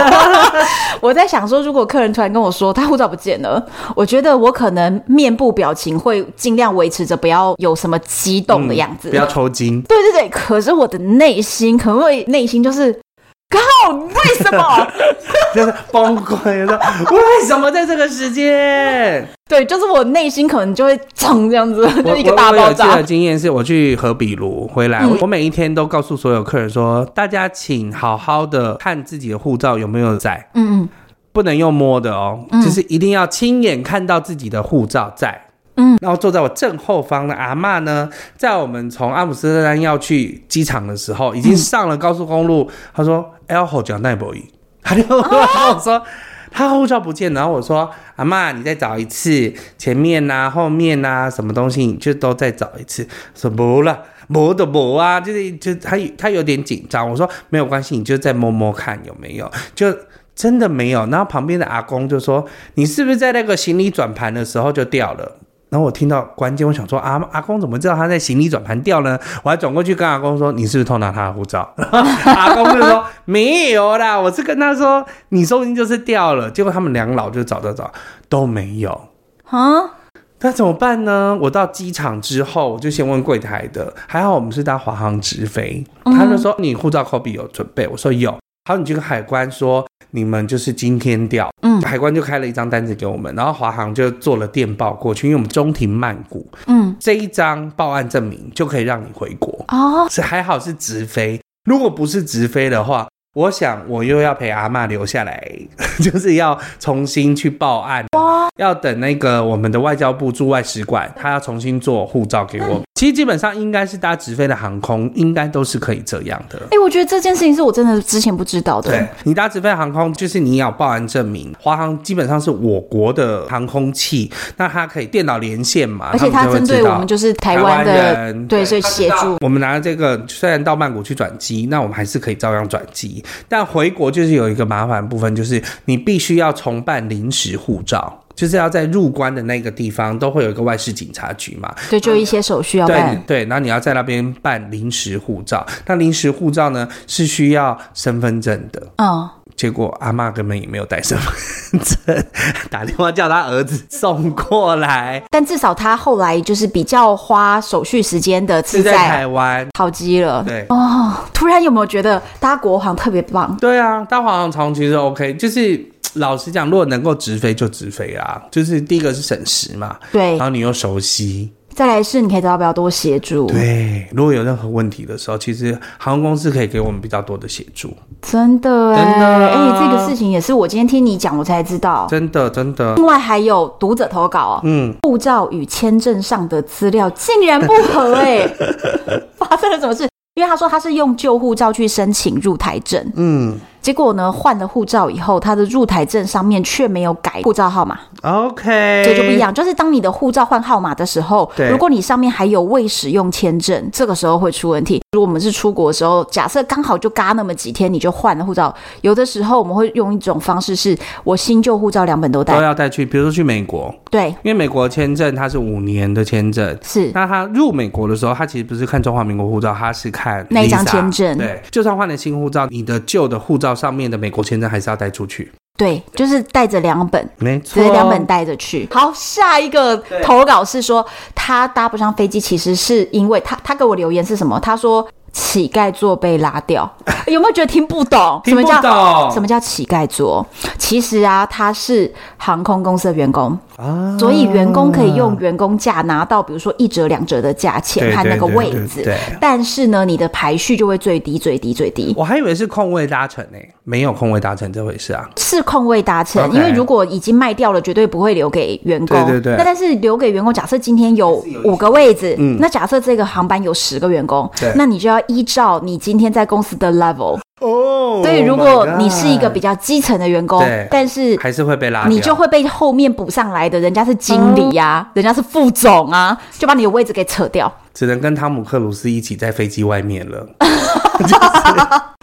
Speaker 1: 我在想说，如果客人突然跟我说他护照不见了，我觉得我可能面部表情会尽量维持着不要有什么激动的样子。
Speaker 2: 嗯不要抽筋。
Speaker 1: 对对对，可是我的内心可能会内心就是。靠！为什么？
Speaker 2: 就是崩溃了，为什么在这个时间？
Speaker 1: 对，就是我内心可能就会冲这样子， 就
Speaker 2: 我
Speaker 1: 一个大
Speaker 2: 我我
Speaker 1: 爆
Speaker 2: 有一次的
Speaker 1: 炸。嗯
Speaker 2: 经验是，我去和比卢回来，我每一天都告诉所有客人说，大家请好好的看自己的护照有没有在，
Speaker 1: 嗯
Speaker 2: 不能用摸的哦，
Speaker 1: 嗯
Speaker 2: 就是一定要亲眼看到自己的护照在。
Speaker 1: 嗯，
Speaker 2: 然后坐在我正后方的阿嬷呢，在我们从阿姆斯特丹要去机场的时候，已
Speaker 1: 嗯
Speaker 2: 经上了高速公路。她说 “El ho 讲奈博伊”，她就
Speaker 1: 哦
Speaker 2: 然后我说。她护照不见，然后我说：“阿嬷，你再找一次，前面呐、后面呐、什么东西，你就都再找一次。”说不了，摸的摸啊，就是就他他有点紧张。我说没有关系，你就再摸摸看有没有，就真的没有。然后旁边的阿公就说：“你是不是在那个行李转盘的时候就掉了？”然后我听到关键，我想说阿阿公怎么知道他在行李转盘掉呢？我还转过去跟阿公说：“你是不是偷拿他的护照？”阿公就说：“没有啦，我是跟他说你说不定就是掉了。”结果他们两老就找找找都没有。
Speaker 1: 嗯啊，
Speaker 2: 那怎么办呢？我到机场之后，我就先问柜台的，还好我们是搭华航直飞，
Speaker 1: 嗯
Speaker 2: 他就说你护照 copy 有准备，我说有。好，你去跟海关说你们就是今天掉，
Speaker 1: 嗯
Speaker 2: 海关就开了一张单子给我们，然后华航就做了电报过去，因为我们中庭曼谷
Speaker 1: 嗯
Speaker 2: 这一张报案证明就可以让你回国，
Speaker 1: 哦，
Speaker 2: 是还好是直飞，如果不是直飞的话。我想，我又要陪阿嬷留下来， 就是要重新去报案，
Speaker 1: 哇，
Speaker 2: 要等那个我们的外交部驻外使馆，他要重新做护照给
Speaker 1: 嗯
Speaker 2: 我。其实基本上应该是搭直飞的航空，应该都是可以这样的。
Speaker 1: 哎、我觉得这件事情是我真的之前不知道的。
Speaker 2: 对你搭直飞航空，就是你要报案证明。华航基本上是我国的航空器，那它可以电脑连线嘛，
Speaker 1: 而且
Speaker 2: 他
Speaker 1: 它
Speaker 2: 们
Speaker 1: 针
Speaker 2: 就
Speaker 1: 对
Speaker 2: 会知
Speaker 1: 我
Speaker 2: 道
Speaker 1: 们就是台
Speaker 2: 湾
Speaker 1: 湾的，
Speaker 2: 人
Speaker 1: 对，所以协助。
Speaker 2: 我们拿了这个，虽然到曼谷去转机，那我们还是可以照样转机，但回国就是有一个麻烦部分，就是你必须要重办临时护照。就是要在入关的那个地方都会有一个外事警察局嘛，
Speaker 1: 对，就一些手续要
Speaker 2: 对
Speaker 1: 办。
Speaker 2: 对，然后你要在那边办临时护照。那临时护照呢是需要身份证的，
Speaker 1: 嗯，
Speaker 2: 结果阿嬷根本也没有带身份证， 打电话叫他儿子送过来，
Speaker 1: 但至少他后来就是比较花手续时间的
Speaker 2: 是
Speaker 1: 是
Speaker 2: 在
Speaker 1: 在
Speaker 2: 台湾，
Speaker 1: 好机了。
Speaker 2: 对。
Speaker 1: 哦，突然有没有觉得搭国航特别棒？
Speaker 2: 对啊，大华航长其实 OK，就是嘖老实讲，如果能够直飞就直飞啦。就是第一个是省时嘛，
Speaker 1: 对
Speaker 2: 然，后你又熟悉。
Speaker 1: 再来是你可以得到比较多协助，
Speaker 2: 对，如果有任何问题的时候，其实航空公司可以给我们比较多的协助。
Speaker 1: 真的哎、
Speaker 2: 真的啊
Speaker 1: 哎、这个事情也是我今天听你讲我才知道。
Speaker 2: 真的，真的，
Speaker 1: 另外还有读者投稿、哦，
Speaker 2: 嗯，
Speaker 1: 护照与签证上的资料竟然不合哎、发生了什么事？因为他说他是用旧护照去申请入台证，
Speaker 2: 嗯，
Speaker 1: 结果呢，换了护照以后，他的入台证上面却没有改护照号码，
Speaker 2: OK，
Speaker 1: 这就不一。样。就是当你的护照换号码的时候
Speaker 2: 哎对，
Speaker 1: 如果你上面还有未使用签证，这个时候会出问题。如果我们是出国的时候，假设刚好就嘎那么几天，你就换了护照，有的时候我们会用一种方式是，我新旧护照两本都带
Speaker 2: 都，要带去，比如说去美国，
Speaker 1: 对，
Speaker 2: 因为美国签证它是五年的签证，
Speaker 1: 是
Speaker 2: 那他入美国的时候，他其实不是看中华民国护照，他是看
Speaker 1: 那一张
Speaker 2: Visa
Speaker 1: 签证
Speaker 2: 对，就算换了新护照，你的旧的护照上面的美国签证还是要带出去。
Speaker 1: 对，就是带着两本。
Speaker 2: 没
Speaker 1: 只
Speaker 2: 错，
Speaker 1: 是两本带着去。好，下一个投稿是说他搭不上飞机，其实是因为他他给我留言是什么？他说乞丐座被拉掉， 有没有觉得听不懂？
Speaker 2: 听不
Speaker 1: 什么叫
Speaker 2: 懂
Speaker 1: 什么叫乞丐座？其实啊，他是航空公司的员工，
Speaker 2: 啊
Speaker 1: 所以员工可以用员工价拿到，比如说一折、两折的价钱
Speaker 2: 对
Speaker 1: 和那个
Speaker 2: 对对
Speaker 1: 位
Speaker 2: 对
Speaker 1: 置
Speaker 2: 对。
Speaker 1: 但是呢，你的排序就会最低、最低、最低。
Speaker 2: 我还以为是空位搭乘呢、没有空位搭乘这回事啊。
Speaker 1: 是空位达成
Speaker 2: OK
Speaker 1: 因为如果已经卖掉了，绝对不会留给员工。
Speaker 2: 对对对
Speaker 1: 那但是留给员工，假设今天有五个位置，那假设这个航班有十个员工
Speaker 2: 嗯对，
Speaker 1: 那你就要依照你今天在公司的 level。
Speaker 2: 哦，
Speaker 1: 所以如果你是一个比
Speaker 2: 较，
Speaker 1: 较基层的员工
Speaker 2: 对，
Speaker 1: 但是
Speaker 2: 还是会被拉掉，
Speaker 1: 你就会被后面补上来的，人家是经理呀、人家是副总啊，就把你的位置给扯掉。
Speaker 2: 只能跟汤姆克鲁斯一起在飞机外面了。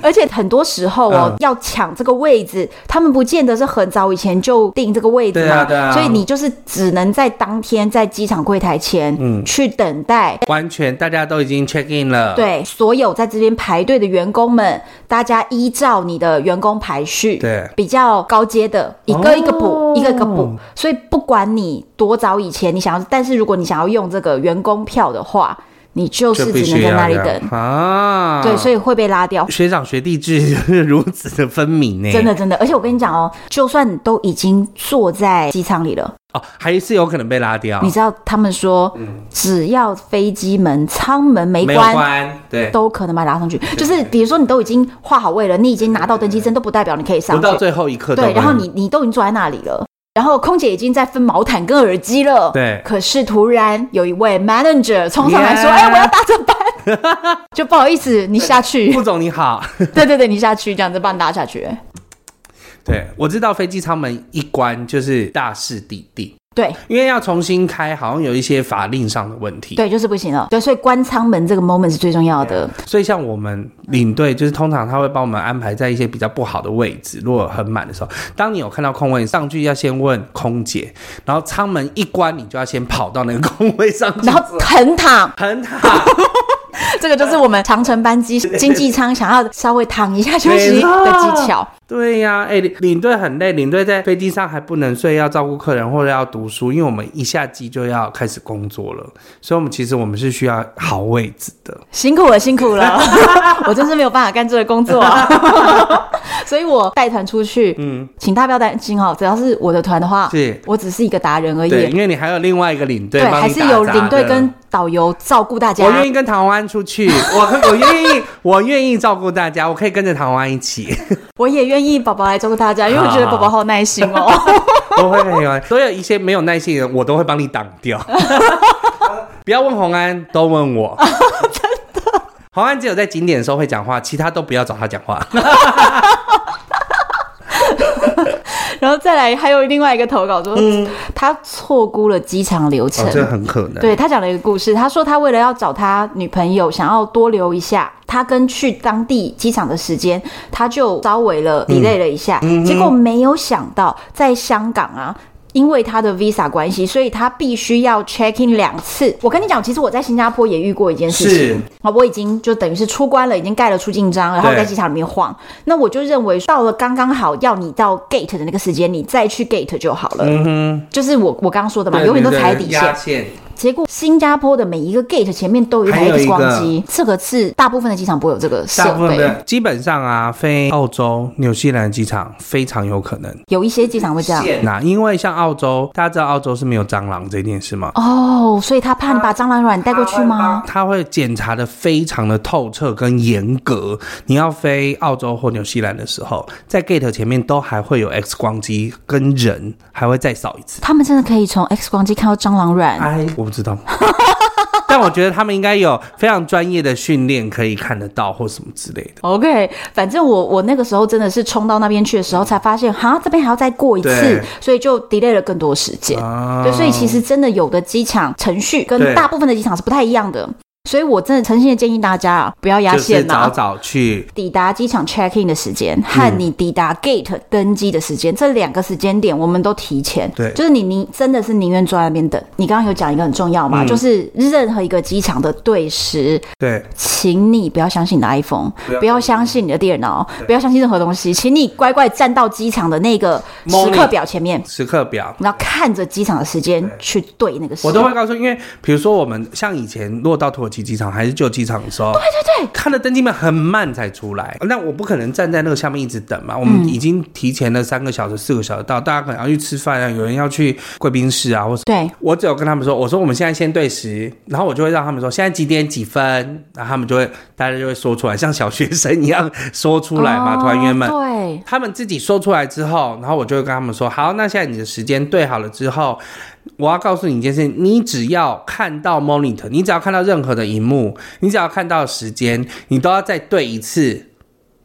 Speaker 1: 而且很多时候哦，
Speaker 2: 嗯
Speaker 1: 要抢这个位置，他们不见得是很早以前就定这个位置嘛，
Speaker 2: 对啊对啊
Speaker 1: 所以你就是只能在当天在机场柜台前，嗯，去等待。
Speaker 2: 完全大家都已经 check in 了，，
Speaker 1: 对，所有在这边排队的员工们，大家依照你的员工排序，
Speaker 2: 对
Speaker 1: 比较高阶的，一个一个补，
Speaker 2: 哦
Speaker 1: 一个一个补。所以不管你多早以前你想要，但是如果你想要用这个员工票的话，你就是
Speaker 2: 就必
Speaker 1: 只能
Speaker 2: 须
Speaker 1: 在
Speaker 2: 要
Speaker 1: 那里
Speaker 2: 这样
Speaker 1: 等。
Speaker 2: 啊。
Speaker 1: 对，所
Speaker 2: 以
Speaker 1: 以会被拉掉。
Speaker 2: 学长学弟制 如此的分明呢、
Speaker 1: 真的真的，而且我跟你讲哦，就算你都已经坐在机舱里了，
Speaker 2: 哦，还是有可能被拉掉，
Speaker 1: 你知道他们说，只要飞机门舱门没
Speaker 2: 嗯没有
Speaker 1: 关。
Speaker 2: 关，对，
Speaker 1: 都可能把你拉上去，就是比如说你都已经画好位了，你已经拿到登机证，都不代表你可以上
Speaker 2: 不
Speaker 1: 去。
Speaker 2: 到最后一刻都
Speaker 1: 对，然后
Speaker 2: 会
Speaker 1: 你你都已经坐在那里了，然后空姐已经在分毛毯跟耳机了。
Speaker 2: 对
Speaker 1: 可是突然有一位 manager 冲上来说：“
Speaker 2: Yeah
Speaker 1: 哎、我要搭这班。” 就不好意思，你下去。
Speaker 2: 副总你好，
Speaker 1: 对对对，你下去，这样子把你拉下去。
Speaker 2: 对我知道飞机舱门一关就是大势底定，
Speaker 1: 对，
Speaker 2: 因为要重新开，好像有一些法令上的问题。
Speaker 1: 对，就是不行了。对，所以关舱门这个 moment 是最重要的。
Speaker 2: 所以像我们领队，就是通常他会帮我们安排在一些比较不好的位置，如果很满的时候，当你有看到空位上去，要先问空姐，然后舱门一关，你就要先跑到那个空位上去
Speaker 1: 然，后横躺，
Speaker 2: 很好，
Speaker 1: 这个就是我们长城班 机经济舱想要稍微躺一下休息
Speaker 2: 没错
Speaker 1: 的技巧。
Speaker 2: 对呀、哎、领领队很累，领队在飞机上还不能睡，要照顾客人或者要读书，因为我们一下机就要开始工作了，所以我们其实我们是需要好位置的。
Speaker 1: 辛苦了，辛苦 了，我真是没有办法干这个工作、啊。所以我带团出去，嗯，请大家不要担心哦，只要是我的团的话，
Speaker 2: 是
Speaker 1: 我只是一个达人而
Speaker 2: 对，
Speaker 1: 已。
Speaker 2: 因为你还有另外一个领队
Speaker 1: 对，
Speaker 2: 帮你
Speaker 1: 还是有
Speaker 2: 打杂
Speaker 1: 领队
Speaker 2: 的
Speaker 1: 跟导游照顾大家
Speaker 2: 我。愿意跟唐欢出去， 我我愿意，我愿意照顾大家，我可以跟着唐欢 一起，
Speaker 1: 我也愿意宝宝来照顾大家，因为我觉得宝宝好耐心 哦。
Speaker 2: 我会陪完。所有一些没有耐心的人，我都会帮你挡 掉。不要问红安，都问我。真的，红安只有在景点的时候会讲话，其他都不要找他讲话。
Speaker 1: 然后再来，还有另外一个投稿说，他错估了机场流程。
Speaker 2: 哦很可能。
Speaker 1: 对他讲了一个故事，他说他为了要找他女朋友，想要多留一下，他跟去当地机场的时间，他就稍微了 delay 了一下，
Speaker 2: 嗯
Speaker 1: 结果没有想到在香港啊。因为他的 visa 关系，所以他必须要 check in 两次。我跟你讲，其实我在新加坡也遇过一件事
Speaker 2: 是
Speaker 1: 情，啊，我已经就等于是出关了，已经盖了出境章，然后
Speaker 2: 对
Speaker 1: 在机场里面晃。那我就认为到了刚刚好要你到 gate 的那个时间，你再去 gate 就好了。
Speaker 2: 嗯哼，
Speaker 1: 就是我我刚刚说的嘛，
Speaker 2: 对
Speaker 1: 永远都
Speaker 2: 对对
Speaker 1: 踩底线
Speaker 2: 压。线。
Speaker 1: 结果新加坡的每一个 gate 前面都有一
Speaker 2: 还
Speaker 1: 台
Speaker 2: 有一
Speaker 1: X
Speaker 2: 个
Speaker 1: 光机，这个是大部分的机场不会有这个设
Speaker 2: 大部分
Speaker 1: 备，
Speaker 2: 的基本上啊，飞澳洲、纽西兰机场非常有可能。
Speaker 1: 有一些机场会这样。
Speaker 2: 那因为像澳洲，大家知道澳洲是没有蟑螂这件事吗？
Speaker 1: 哦，所以他怕你把蟑螂卵带过去吗？
Speaker 2: 他会检查的非常的透彻跟严格。你要飞澳洲或纽西兰的时候，在 gate 前面都还会有 X 光机跟人，还会再扫一次。啊
Speaker 1: 他们真的可以从 X 光机看到蟑螂卵？
Speaker 2: 哎，我不知道，但但我觉得他们应该有非常专业的训练，可以看得到或什么之类的。
Speaker 1: OK，反正我我那个时候真的是冲到那边去的时候，才发现哈这边还要再过一次
Speaker 2: 对，
Speaker 1: 所以就 delay 了更多时间。
Speaker 2: 啊
Speaker 1: 对，所以其实真的有的机场程序跟
Speaker 2: 对
Speaker 1: 大部分的机场是不太一样的，所以我真的诚心的建议大家啊，不要压
Speaker 2: 就是
Speaker 1: 线呐、
Speaker 2: 早早去，
Speaker 1: 抵达机场 check in 的时
Speaker 2: 嗯
Speaker 1: 间和你抵达 gate 登机的时间、这两个时间点，我们都提前。
Speaker 2: 对
Speaker 1: 就是你宁真的是宁愿坐在那边等。你刚刚有讲一个很重要嘛，
Speaker 2: 嗯
Speaker 1: 就是任何一个机场的对时，
Speaker 2: 对，
Speaker 1: 请你不要相信你的 iPhone，
Speaker 2: 不要
Speaker 1: 不要相信你的电脑，不要相信任何东西，请你乖乖站到机场的那个时
Speaker 2: Morning
Speaker 1: 刻表前面，
Speaker 2: 时刻表。
Speaker 1: 然后看着机场的时间去对那个时
Speaker 2: 我
Speaker 1: 间。
Speaker 2: 都会告诉，因为比如说我们像以前落到土耳其机场还是旧机场的时候，对对对，看的登机门很慢才出来，那我不可能站在那个下面一直等嘛。我们已经提前了三个小时、四个小时到，大家可能要去吃饭啊，有人要去贵宾室啊，或是。
Speaker 1: 对，
Speaker 2: 我只有跟他们说，我说我们现在先对时，然后我就会让他们说现在几点几分，然后他们就会大家就会说出来，像小学生一样说出来嘛，
Speaker 1: 哦
Speaker 2: 团员们。
Speaker 1: 对，
Speaker 2: 他们自己说出来之后，然后我就会跟他们说：好，那现在你的时间对好了之后，我要告诉你一件事，你只要看到 monitor，你只要看到任何的荧幕，你只要看到时间，你都要再对一次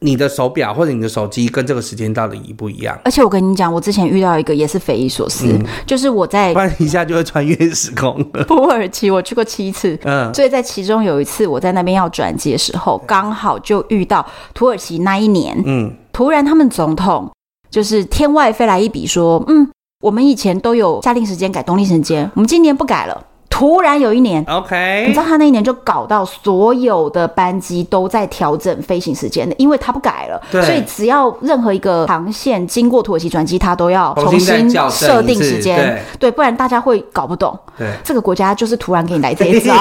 Speaker 2: 你的手表或者你的手机跟这个时间到底一不一样，
Speaker 1: 而且我跟你讲，我之前遇到一个也是匪夷所思，
Speaker 2: 嗯
Speaker 1: 就是我在
Speaker 2: 不然一下就会穿越时空 了。
Speaker 1: 土耳其我去过七次，
Speaker 2: 嗯，
Speaker 1: 所以在其中有一次我在那边要转机的时候，刚好就遇到土耳其那一年，
Speaker 2: 嗯，
Speaker 1: 突然他们总统就是天外飞来一笔说，嗯，我们以前都有夏令时间改冬令时间，我们今年不改了。突然有一年。你
Speaker 2: OK，
Speaker 1: 知道他那一年就搞到所有的班机都在调整飞行时间的，因为他不改了，
Speaker 2: 对
Speaker 1: 所以只要任何一个航线经过土耳其转机，他都要重
Speaker 2: 重新再
Speaker 1: 新
Speaker 2: 校正
Speaker 1: 设
Speaker 2: 一
Speaker 1: 定
Speaker 2: 次
Speaker 1: 时间，对，不然大家会搞不懂。
Speaker 2: 对，
Speaker 1: 这个国家就是突 然给你来这一 招，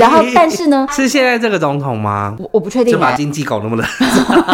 Speaker 1: 然后但是呢，
Speaker 2: 是现在这个总统吗？
Speaker 1: 我我不确定
Speaker 2: 就把
Speaker 1: 欸、
Speaker 2: 经济搞那么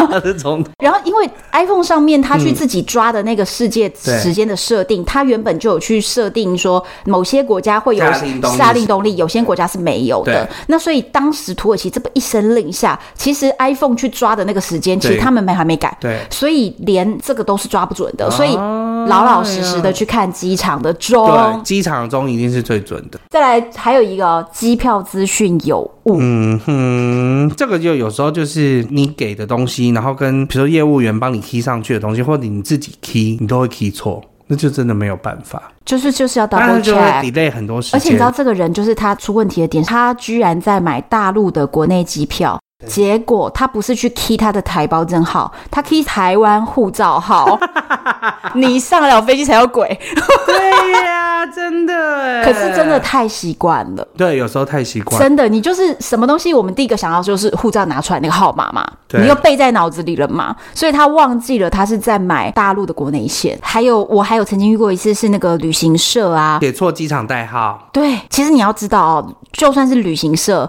Speaker 2: 的这总统，
Speaker 1: 然后因为 iPhone 上面它去自己抓的那个世界
Speaker 2: 嗯对
Speaker 1: 时间的设定，它原本就有去设定说某些国家会有
Speaker 2: 夏令冬令
Speaker 1: 夏令冬令，有些国家是没有的
Speaker 2: 对。
Speaker 1: 那所以当时土耳其这么一声令下，其实 iPhone 去抓的那个时间，其
Speaker 2: 对
Speaker 1: 实他们没还没改。
Speaker 2: 对。
Speaker 1: 所以连这个都是抓不准的，所以
Speaker 2: 啊
Speaker 1: 老老实实的去看机场的钟
Speaker 2: 对，，机场中一定是最准的。
Speaker 1: 再来还有一个哦机票资讯有误，
Speaker 2: 嗯哼，这个就有时候就是你给的东西，然后跟比如说业务员帮你 key 上去的东西，或者你自己 key，你都会 key 错，那就真的没有办法，
Speaker 1: 就是就是要
Speaker 2: 当
Speaker 1: double
Speaker 2: 然就会
Speaker 1: check。
Speaker 2: delay 很多时间。
Speaker 1: 而且你知道这个人就是他出问题的点，他居然在买大陆的国内机票，结果他不是去 key 他的台胞证号，他 key 台湾护照 号。你上了飞机才有鬼，
Speaker 2: 对呀、真的欸。
Speaker 1: 可是真的太习惯了，
Speaker 2: 对，有时候太习惯。
Speaker 1: 真的，你就是什么东西，我们第一个想到就是护照拿出来那个号码嘛，
Speaker 2: 对
Speaker 1: 你又背在脑子里了嘛，所以他忘记了他是在买大陆的国内线。还有我还有曾经遇过一次是那个旅行社啊，
Speaker 2: 写错机场代号，
Speaker 1: 对，其实你要知道哦，就算是旅行社，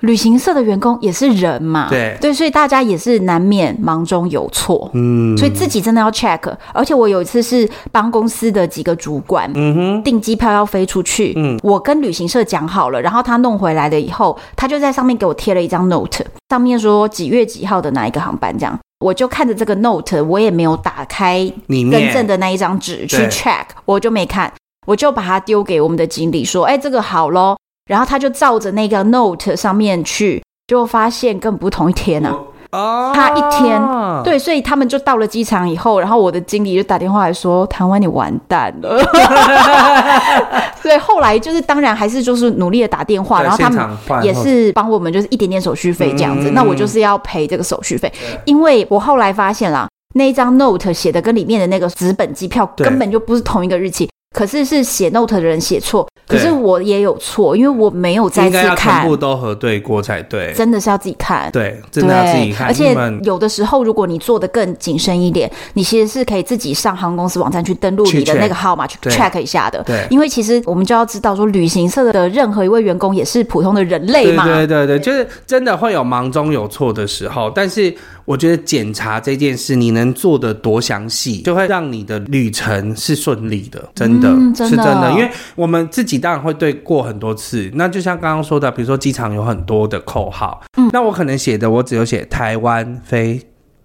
Speaker 1: 旅行社的员工也是人嘛，
Speaker 2: 对
Speaker 1: 所以大家也是难免忙中有错。
Speaker 2: 嗯，
Speaker 1: 所以自己真的要 check，而且我有一次是帮公司的几个主管，嗯哼，订机票要飞出去，嗯，我跟旅行社讲好了，然后他弄回来了以后，他就在上面给我贴了一张 note，上面说几月几号的哪一个航班这样，我就看着这个 note，我也没有打开
Speaker 2: 里
Speaker 1: 更
Speaker 2: 面
Speaker 1: 正的那一张纸去
Speaker 2: 对
Speaker 1: check，我就没看，我就把它丢给我们的经理说：“哎、这个好咯。”然后他就照着那个 note 上面去，就发现根本不是同一天啊。
Speaker 2: 哦，
Speaker 1: 差一天，
Speaker 2: 嗯
Speaker 1: 对，所以他们就到了机场以后，然后我的经理就打电话来说：“台湾，你完蛋 了。”所以后来就是，当然还是就是努力的打电话，
Speaker 2: 对
Speaker 1: 然后他
Speaker 2: 现
Speaker 1: 们
Speaker 2: 场换
Speaker 1: 也
Speaker 2: 或
Speaker 1: 是帮我们就是一点点手续费这样子。
Speaker 2: 嗯
Speaker 1: 那我就是要赔这个手续费，因为我后来发现啦，那一张 note 写的跟里面的那个纸本机票
Speaker 2: 对
Speaker 1: 根本就不是同一个日期。可是是写 note 的人写错，可
Speaker 2: 对
Speaker 1: 是我也有错，因为我没有再
Speaker 2: 应
Speaker 1: 次
Speaker 2: 该要全
Speaker 1: 看
Speaker 2: 部，都核对过才对。
Speaker 1: 真的是要自己看。
Speaker 2: 对，真
Speaker 1: 对，
Speaker 2: 的要自己看，
Speaker 1: 而且
Speaker 2: 因为我们
Speaker 1: 有的时候，如果你做的更谨慎一点，你其实是可以自己上航空公司网站去登录
Speaker 2: 去
Speaker 1: 你的
Speaker 2: check
Speaker 1: 那个号码去
Speaker 2: 对
Speaker 1: check 一下的。
Speaker 2: 对
Speaker 1: 因为其实我们就要知道说，旅行社的任何一位员工也是普通的人类嘛。
Speaker 2: 对对对对，就是真的会有忙中有错的时候，但是我觉得检查这件事，你能做的多详细，就会让你的旅程是顺利的，真的、
Speaker 1: 嗯真的
Speaker 2: 是真的。因为我们自己当然会对过很多次，那就像刚刚说的，比如说机场有很多的扣号，嗯，那我可能写的我只有写台湾飞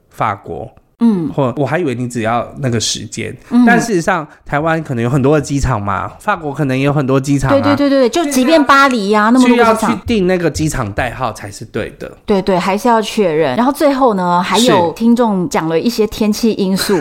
Speaker 2: 法国。嗯，或我还以为你只要那个时间，
Speaker 1: 嗯
Speaker 2: 但事实上台湾可能有很多的机场嘛，法国可能也有很多机场、啊，
Speaker 1: 对对对对，就即便巴黎呀、那么多
Speaker 2: 需
Speaker 1: 个
Speaker 2: 要
Speaker 1: 机
Speaker 2: 去
Speaker 1: 场，
Speaker 2: 定那个机场代号才是对的。
Speaker 1: 对对，还是要确认。然后最后呢，还有
Speaker 2: 是
Speaker 1: 听众讲了一些天气因 素，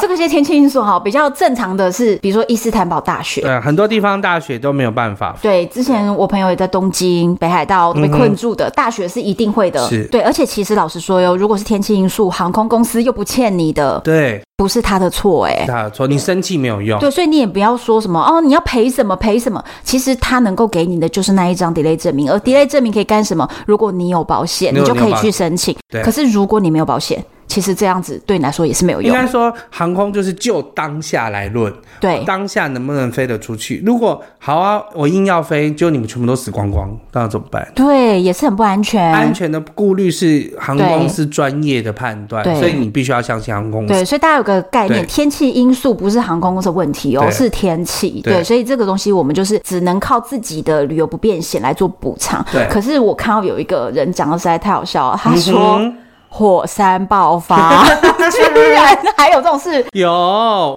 Speaker 1: 这个些天气因素哈，比较正常的是，比如说伊斯坦堡大学。
Speaker 2: 对，啊很多地方大学都没有办法。
Speaker 1: 对，之前我朋友也在东京、北海道被困住的，大学是一定会的
Speaker 2: 嗯是。
Speaker 1: 对，而且其实老实说哟，如果是天气因素，航空公司又不欠你的，
Speaker 2: 对，
Speaker 1: 不是他的错哎、
Speaker 2: 他说你生气没有用。
Speaker 1: 对，所以你也不要说什么哦，你要赔什么赔什么。其实他能够给你的就是那一张 delay 证明，而 delay 证明可以干什么？如果你有保险，
Speaker 2: 如
Speaker 1: 你
Speaker 2: 果
Speaker 1: 就
Speaker 2: 你有
Speaker 1: 可以
Speaker 2: 保
Speaker 1: 去申请。
Speaker 2: 对
Speaker 1: 可是如果你没有保险，其实这样子对你来说也是没有
Speaker 2: 应
Speaker 1: 用。
Speaker 2: 该说，航空就是就当下来论，
Speaker 1: 对
Speaker 2: 当下能不能飞得出去？如果好啊，我硬要飞，就你们全部都死光光，那怎么办？
Speaker 1: 对，也是很不安全。
Speaker 2: 安全的顾虑是航空
Speaker 1: 对
Speaker 2: 公司专业的判断
Speaker 1: 对，
Speaker 2: 所以你必须要相信航空公司。
Speaker 1: 对，所以大家有个概念，
Speaker 2: 对
Speaker 1: 天气因素不是航空公司的问题哦，
Speaker 2: 对
Speaker 1: 是天气。
Speaker 2: 对
Speaker 1: 对，所以这个东西我们就是只能靠自己的旅游不便险来做补偿。
Speaker 2: 对
Speaker 1: 可是我看到有一个人讲的实在太好笑了，他
Speaker 2: 嗯哼
Speaker 1: 说火山爆 发，居然还有这种事。
Speaker 2: 有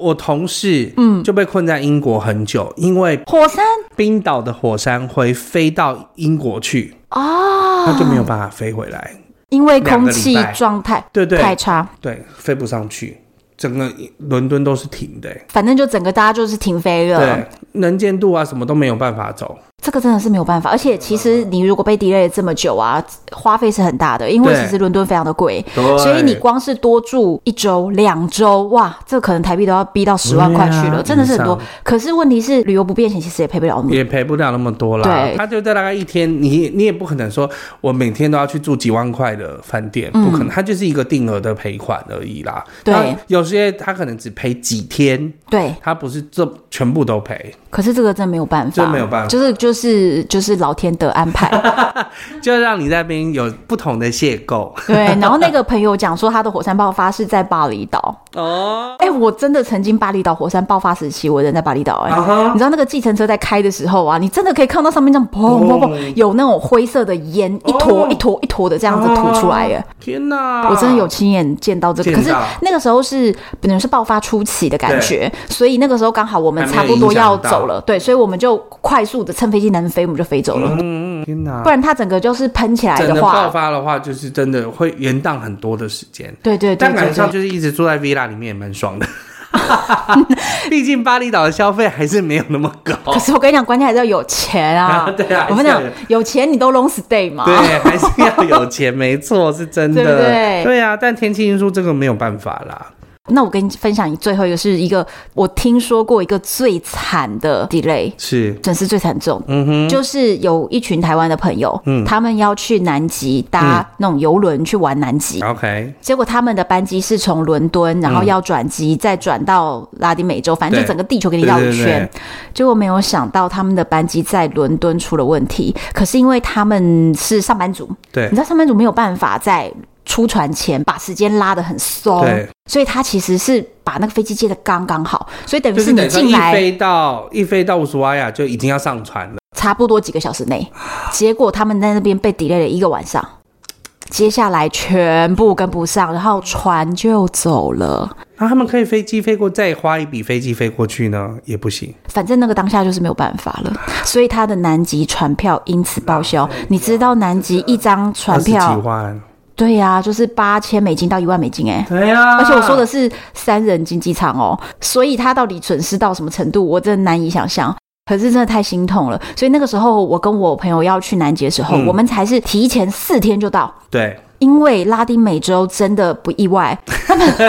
Speaker 2: 我同事，嗯，就被困在英国很久，因为
Speaker 1: 火山
Speaker 2: 冰岛的火山灰飞到英国去，
Speaker 1: 啊，
Speaker 2: 他就没有办法飞回来，
Speaker 1: 因为空气
Speaker 2: 两个礼拜
Speaker 1: 状态
Speaker 2: 对对
Speaker 1: 太差，
Speaker 2: 对，飞不上去，整个伦敦都是停的、欸
Speaker 1: 反正就整个大家就是停飞了。
Speaker 2: 对，能见度啊什么都没有办法走，
Speaker 1: 这个真的是没有办法，而且其实你如果被 delay 了这么久啊，花费是很大的，因为
Speaker 2: 对
Speaker 1: 其实伦敦非常的贵，
Speaker 2: 对
Speaker 1: 所以你光是多住一周、两周，哇，这可能台币都要逼到十万块去
Speaker 2: 对
Speaker 1: 了，
Speaker 2: 啊
Speaker 1: 真的是很多
Speaker 2: 以上。嗯
Speaker 1: 可是问题是，旅游不便险其实也赔不了你。
Speaker 2: 也赔不了那么多啦。
Speaker 1: 对
Speaker 2: 他就在大概一天，你你也不可能说我每天都要去住几万块的饭店，不可能，它就是一个定额的赔款而已啦。
Speaker 1: 对
Speaker 2: 那有些他可能只赔几天，
Speaker 1: 对，
Speaker 2: 他不是这全部都赔。
Speaker 1: 可是这个真没有办法，
Speaker 2: 真没有办法
Speaker 1: 就是就是就是老天的安排。
Speaker 2: 就让你在那边有不同的邂逅
Speaker 1: 对，然后那个朋友讲说，他的火山爆发是在巴厘岛。
Speaker 2: 哦。
Speaker 1: 哎、我真的曾经巴厘岛火山爆发时期，我人在巴厘岛、哎、
Speaker 2: 啊哈
Speaker 1: 你知道那个计程车在开的时候啊，你真的可以看到上面这样砰砰砰，
Speaker 2: 砰
Speaker 1: 有那种灰色的烟，一坨一坨一坨的这样子吐出来耶。
Speaker 2: 天哪！
Speaker 1: 我真的有亲眼见到这个，
Speaker 2: 见
Speaker 1: 可是
Speaker 2: 到
Speaker 1: 那个时候是可能是爆发初期的感觉，所以那个时候刚好我们
Speaker 2: 还没
Speaker 1: 差
Speaker 2: 有
Speaker 1: 不多要
Speaker 2: 影响到
Speaker 1: 走了，对，所以我们就快速的趁飞机能飞，我们就飞走了，
Speaker 2: 天哪
Speaker 1: 不！然它整个就是喷起来
Speaker 2: 整
Speaker 1: 的
Speaker 2: 个
Speaker 1: 话
Speaker 2: 爆，发的话，就是真的会延宕很多的时间。
Speaker 1: 对对对
Speaker 2: 但
Speaker 1: 对
Speaker 2: 感
Speaker 1: 对
Speaker 2: 觉上。就是一直住在 villa 里面也蛮爽 的，毕竟巴厘岛的消费还是没有那么高。
Speaker 1: 可是我跟你讲，关键还是要有钱啊！
Speaker 2: 哦 对啊
Speaker 1: 我跟你讲
Speaker 2: 还是，
Speaker 1: 有钱你都 long stay 嘛。
Speaker 2: 对，还是要有钱，没错，是真的。
Speaker 1: 对不对
Speaker 2: 啊，但天气因素这个没有办法啦。
Speaker 1: 那我跟你分享，最后一个是一个我听说过一个最惨的 delay，
Speaker 2: 是，
Speaker 1: 损失最惨重。
Speaker 2: 嗯哼，嗯
Speaker 1: 就是有一群台湾的朋友，他们要去南极搭那种游轮去玩南极，
Speaker 2: OK，
Speaker 1: 结果他们的班机是从伦敦，然后要转机，再转到拉丁美洲，反正就
Speaker 2: 对
Speaker 1: 整个地球给你绕一圈。
Speaker 2: 对对对
Speaker 1: 结果没有想到他们的班机在伦敦出了问题，可是因为他们是上班族，
Speaker 2: 对
Speaker 1: 你知道上班族没有办法在出船前把时间拉得很松，
Speaker 2: 对，
Speaker 1: 所以他其实是把那个飞机接的刚刚好，所以等于
Speaker 2: 就是
Speaker 1: 是
Speaker 2: 等
Speaker 1: 你
Speaker 2: 于说
Speaker 1: 进
Speaker 2: 一
Speaker 1: 来
Speaker 2: 飞到一飞到乌苏瓦亚就已经要上船了。
Speaker 1: 差不多几个小时内，结果他们在那边被 delay 了一个晚上。接下来全部跟不上，然后船就走了。
Speaker 2: 那他们可以飞机飞过，再花一笔飞机飞过去呢，也不行。
Speaker 1: 反正那个当下就是没有办法了，所以他的南极船票因此报销。你知道南极一张船
Speaker 2: 啊二十
Speaker 1: 票
Speaker 2: 几，万，
Speaker 1: 对呀、就是八千美金到一万美金哎、
Speaker 2: 对啊呀、
Speaker 1: 而且我说的是三人经济舱哦，所以他到底损失到什么程度，我真的难以想象。可是真的太心痛了，所以那个时候我跟我朋友要去南极的时候，
Speaker 2: 嗯
Speaker 1: 我们才是提前四天就到，
Speaker 2: 对，
Speaker 1: 因为拉丁美洲真的不意外，他们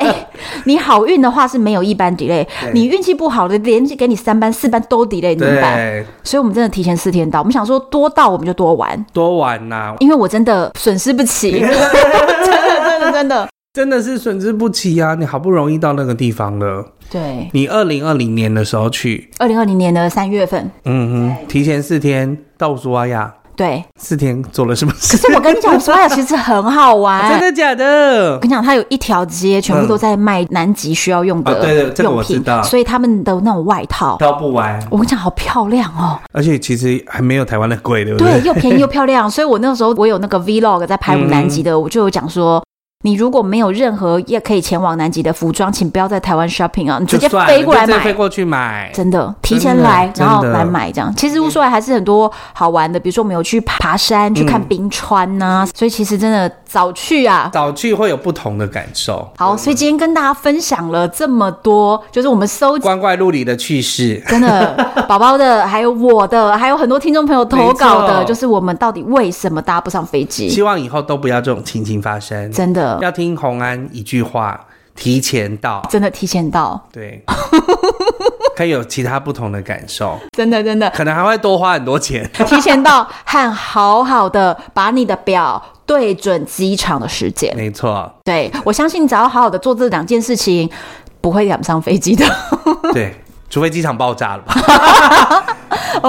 Speaker 1: 哎、你好运的话是没有一班 delay，
Speaker 2: 对
Speaker 1: 你运气不好的，连给你三班四班都 delay，你怎么办？
Speaker 2: 对，
Speaker 1: 所以我们真的提前四天到，我们想说多到我们就多玩，
Speaker 2: 多玩呐、
Speaker 1: 因为我真的损失不起， 真的真的真的，
Speaker 2: 真的是损之不起啊！你好不容易到那个地方了，
Speaker 1: 对，
Speaker 2: 你二零二零年的时候去，
Speaker 1: 二零二零年的三月份，
Speaker 2: 嗯哼，提前四天到乌苏瓦亚，
Speaker 1: 对，
Speaker 2: 四天做了什么
Speaker 1: 可
Speaker 2: 事？
Speaker 1: 是我啊跟你讲，索亚其实很好玩
Speaker 2: 真。的假的
Speaker 1: 我？跟你讲，它有一条街全部都在卖南极需要用的
Speaker 2: 嗯啊对对这个
Speaker 1: 用
Speaker 2: 我知
Speaker 1: 品，
Speaker 2: 道
Speaker 1: 所以他们的那种外套，
Speaker 2: 到不完，
Speaker 1: 我跟你讲，好漂亮哦。
Speaker 2: 而且其实还没有台湾的贵，对不 嗯
Speaker 1: 对，又便宜又漂亮。所以我那时候我有那个 vlog 在拍我们南极的，我就有讲说。你如果没有任何也可以前往南极的服装，请不要在台湾 shopping 啊，你直接
Speaker 2: 就算了
Speaker 1: 飞过来
Speaker 2: 就直接
Speaker 1: 买
Speaker 2: 飞。过去买。
Speaker 1: 真的，提前来，
Speaker 2: 真
Speaker 1: 然
Speaker 2: 的嗯
Speaker 1: 后来买这样。其实乌苏兰还是很多好玩的，比如说我们有去爬山、去看
Speaker 2: 嗯
Speaker 1: 冰川呐、所以其实真的早去啊，
Speaker 2: 早去会有不同的感受。
Speaker 1: 好，所以今天跟大家分享了这么多，就是我们搜集
Speaker 2: 光怪陆离的趣事，
Speaker 1: 真 的宝宝的，还有我的，还有很多听众朋友投稿的，
Speaker 2: 没错
Speaker 1: 就是我们到底为什么搭不上飞机？
Speaker 2: 希望以后都不要这种情形发生。
Speaker 1: 真的，
Speaker 2: 要听红安一句话，提前到，
Speaker 1: 真的提前到，
Speaker 2: 对， 可以有其他不同的感受，
Speaker 1: 真的真的
Speaker 2: 可能还会多花很 多钱。
Speaker 1: 提前到，和好好的把你的表对准机场的时间。
Speaker 2: 没错，
Speaker 1: 对我相信，只要好好的做这两件事情，不会赶不上飞 机的。
Speaker 2: 对，除非机场爆炸了吧，不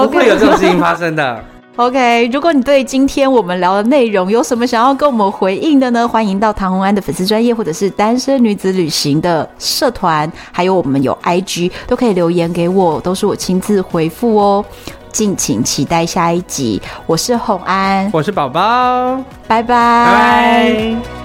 Speaker 1: OK
Speaker 2: 会有这种事情发生的。
Speaker 1: OK，如果你对今天我们聊的内容有什么想要跟我们回应的呢？欢迎到唐红安的粉丝专业或者是单身女子旅行的社团，还有我们有 IG 都可以留言给我，都是我亲自回复哦。敬请期待下一集，我是红安，
Speaker 2: 我是宝宝，
Speaker 1: 拜拜。
Speaker 2: 拜拜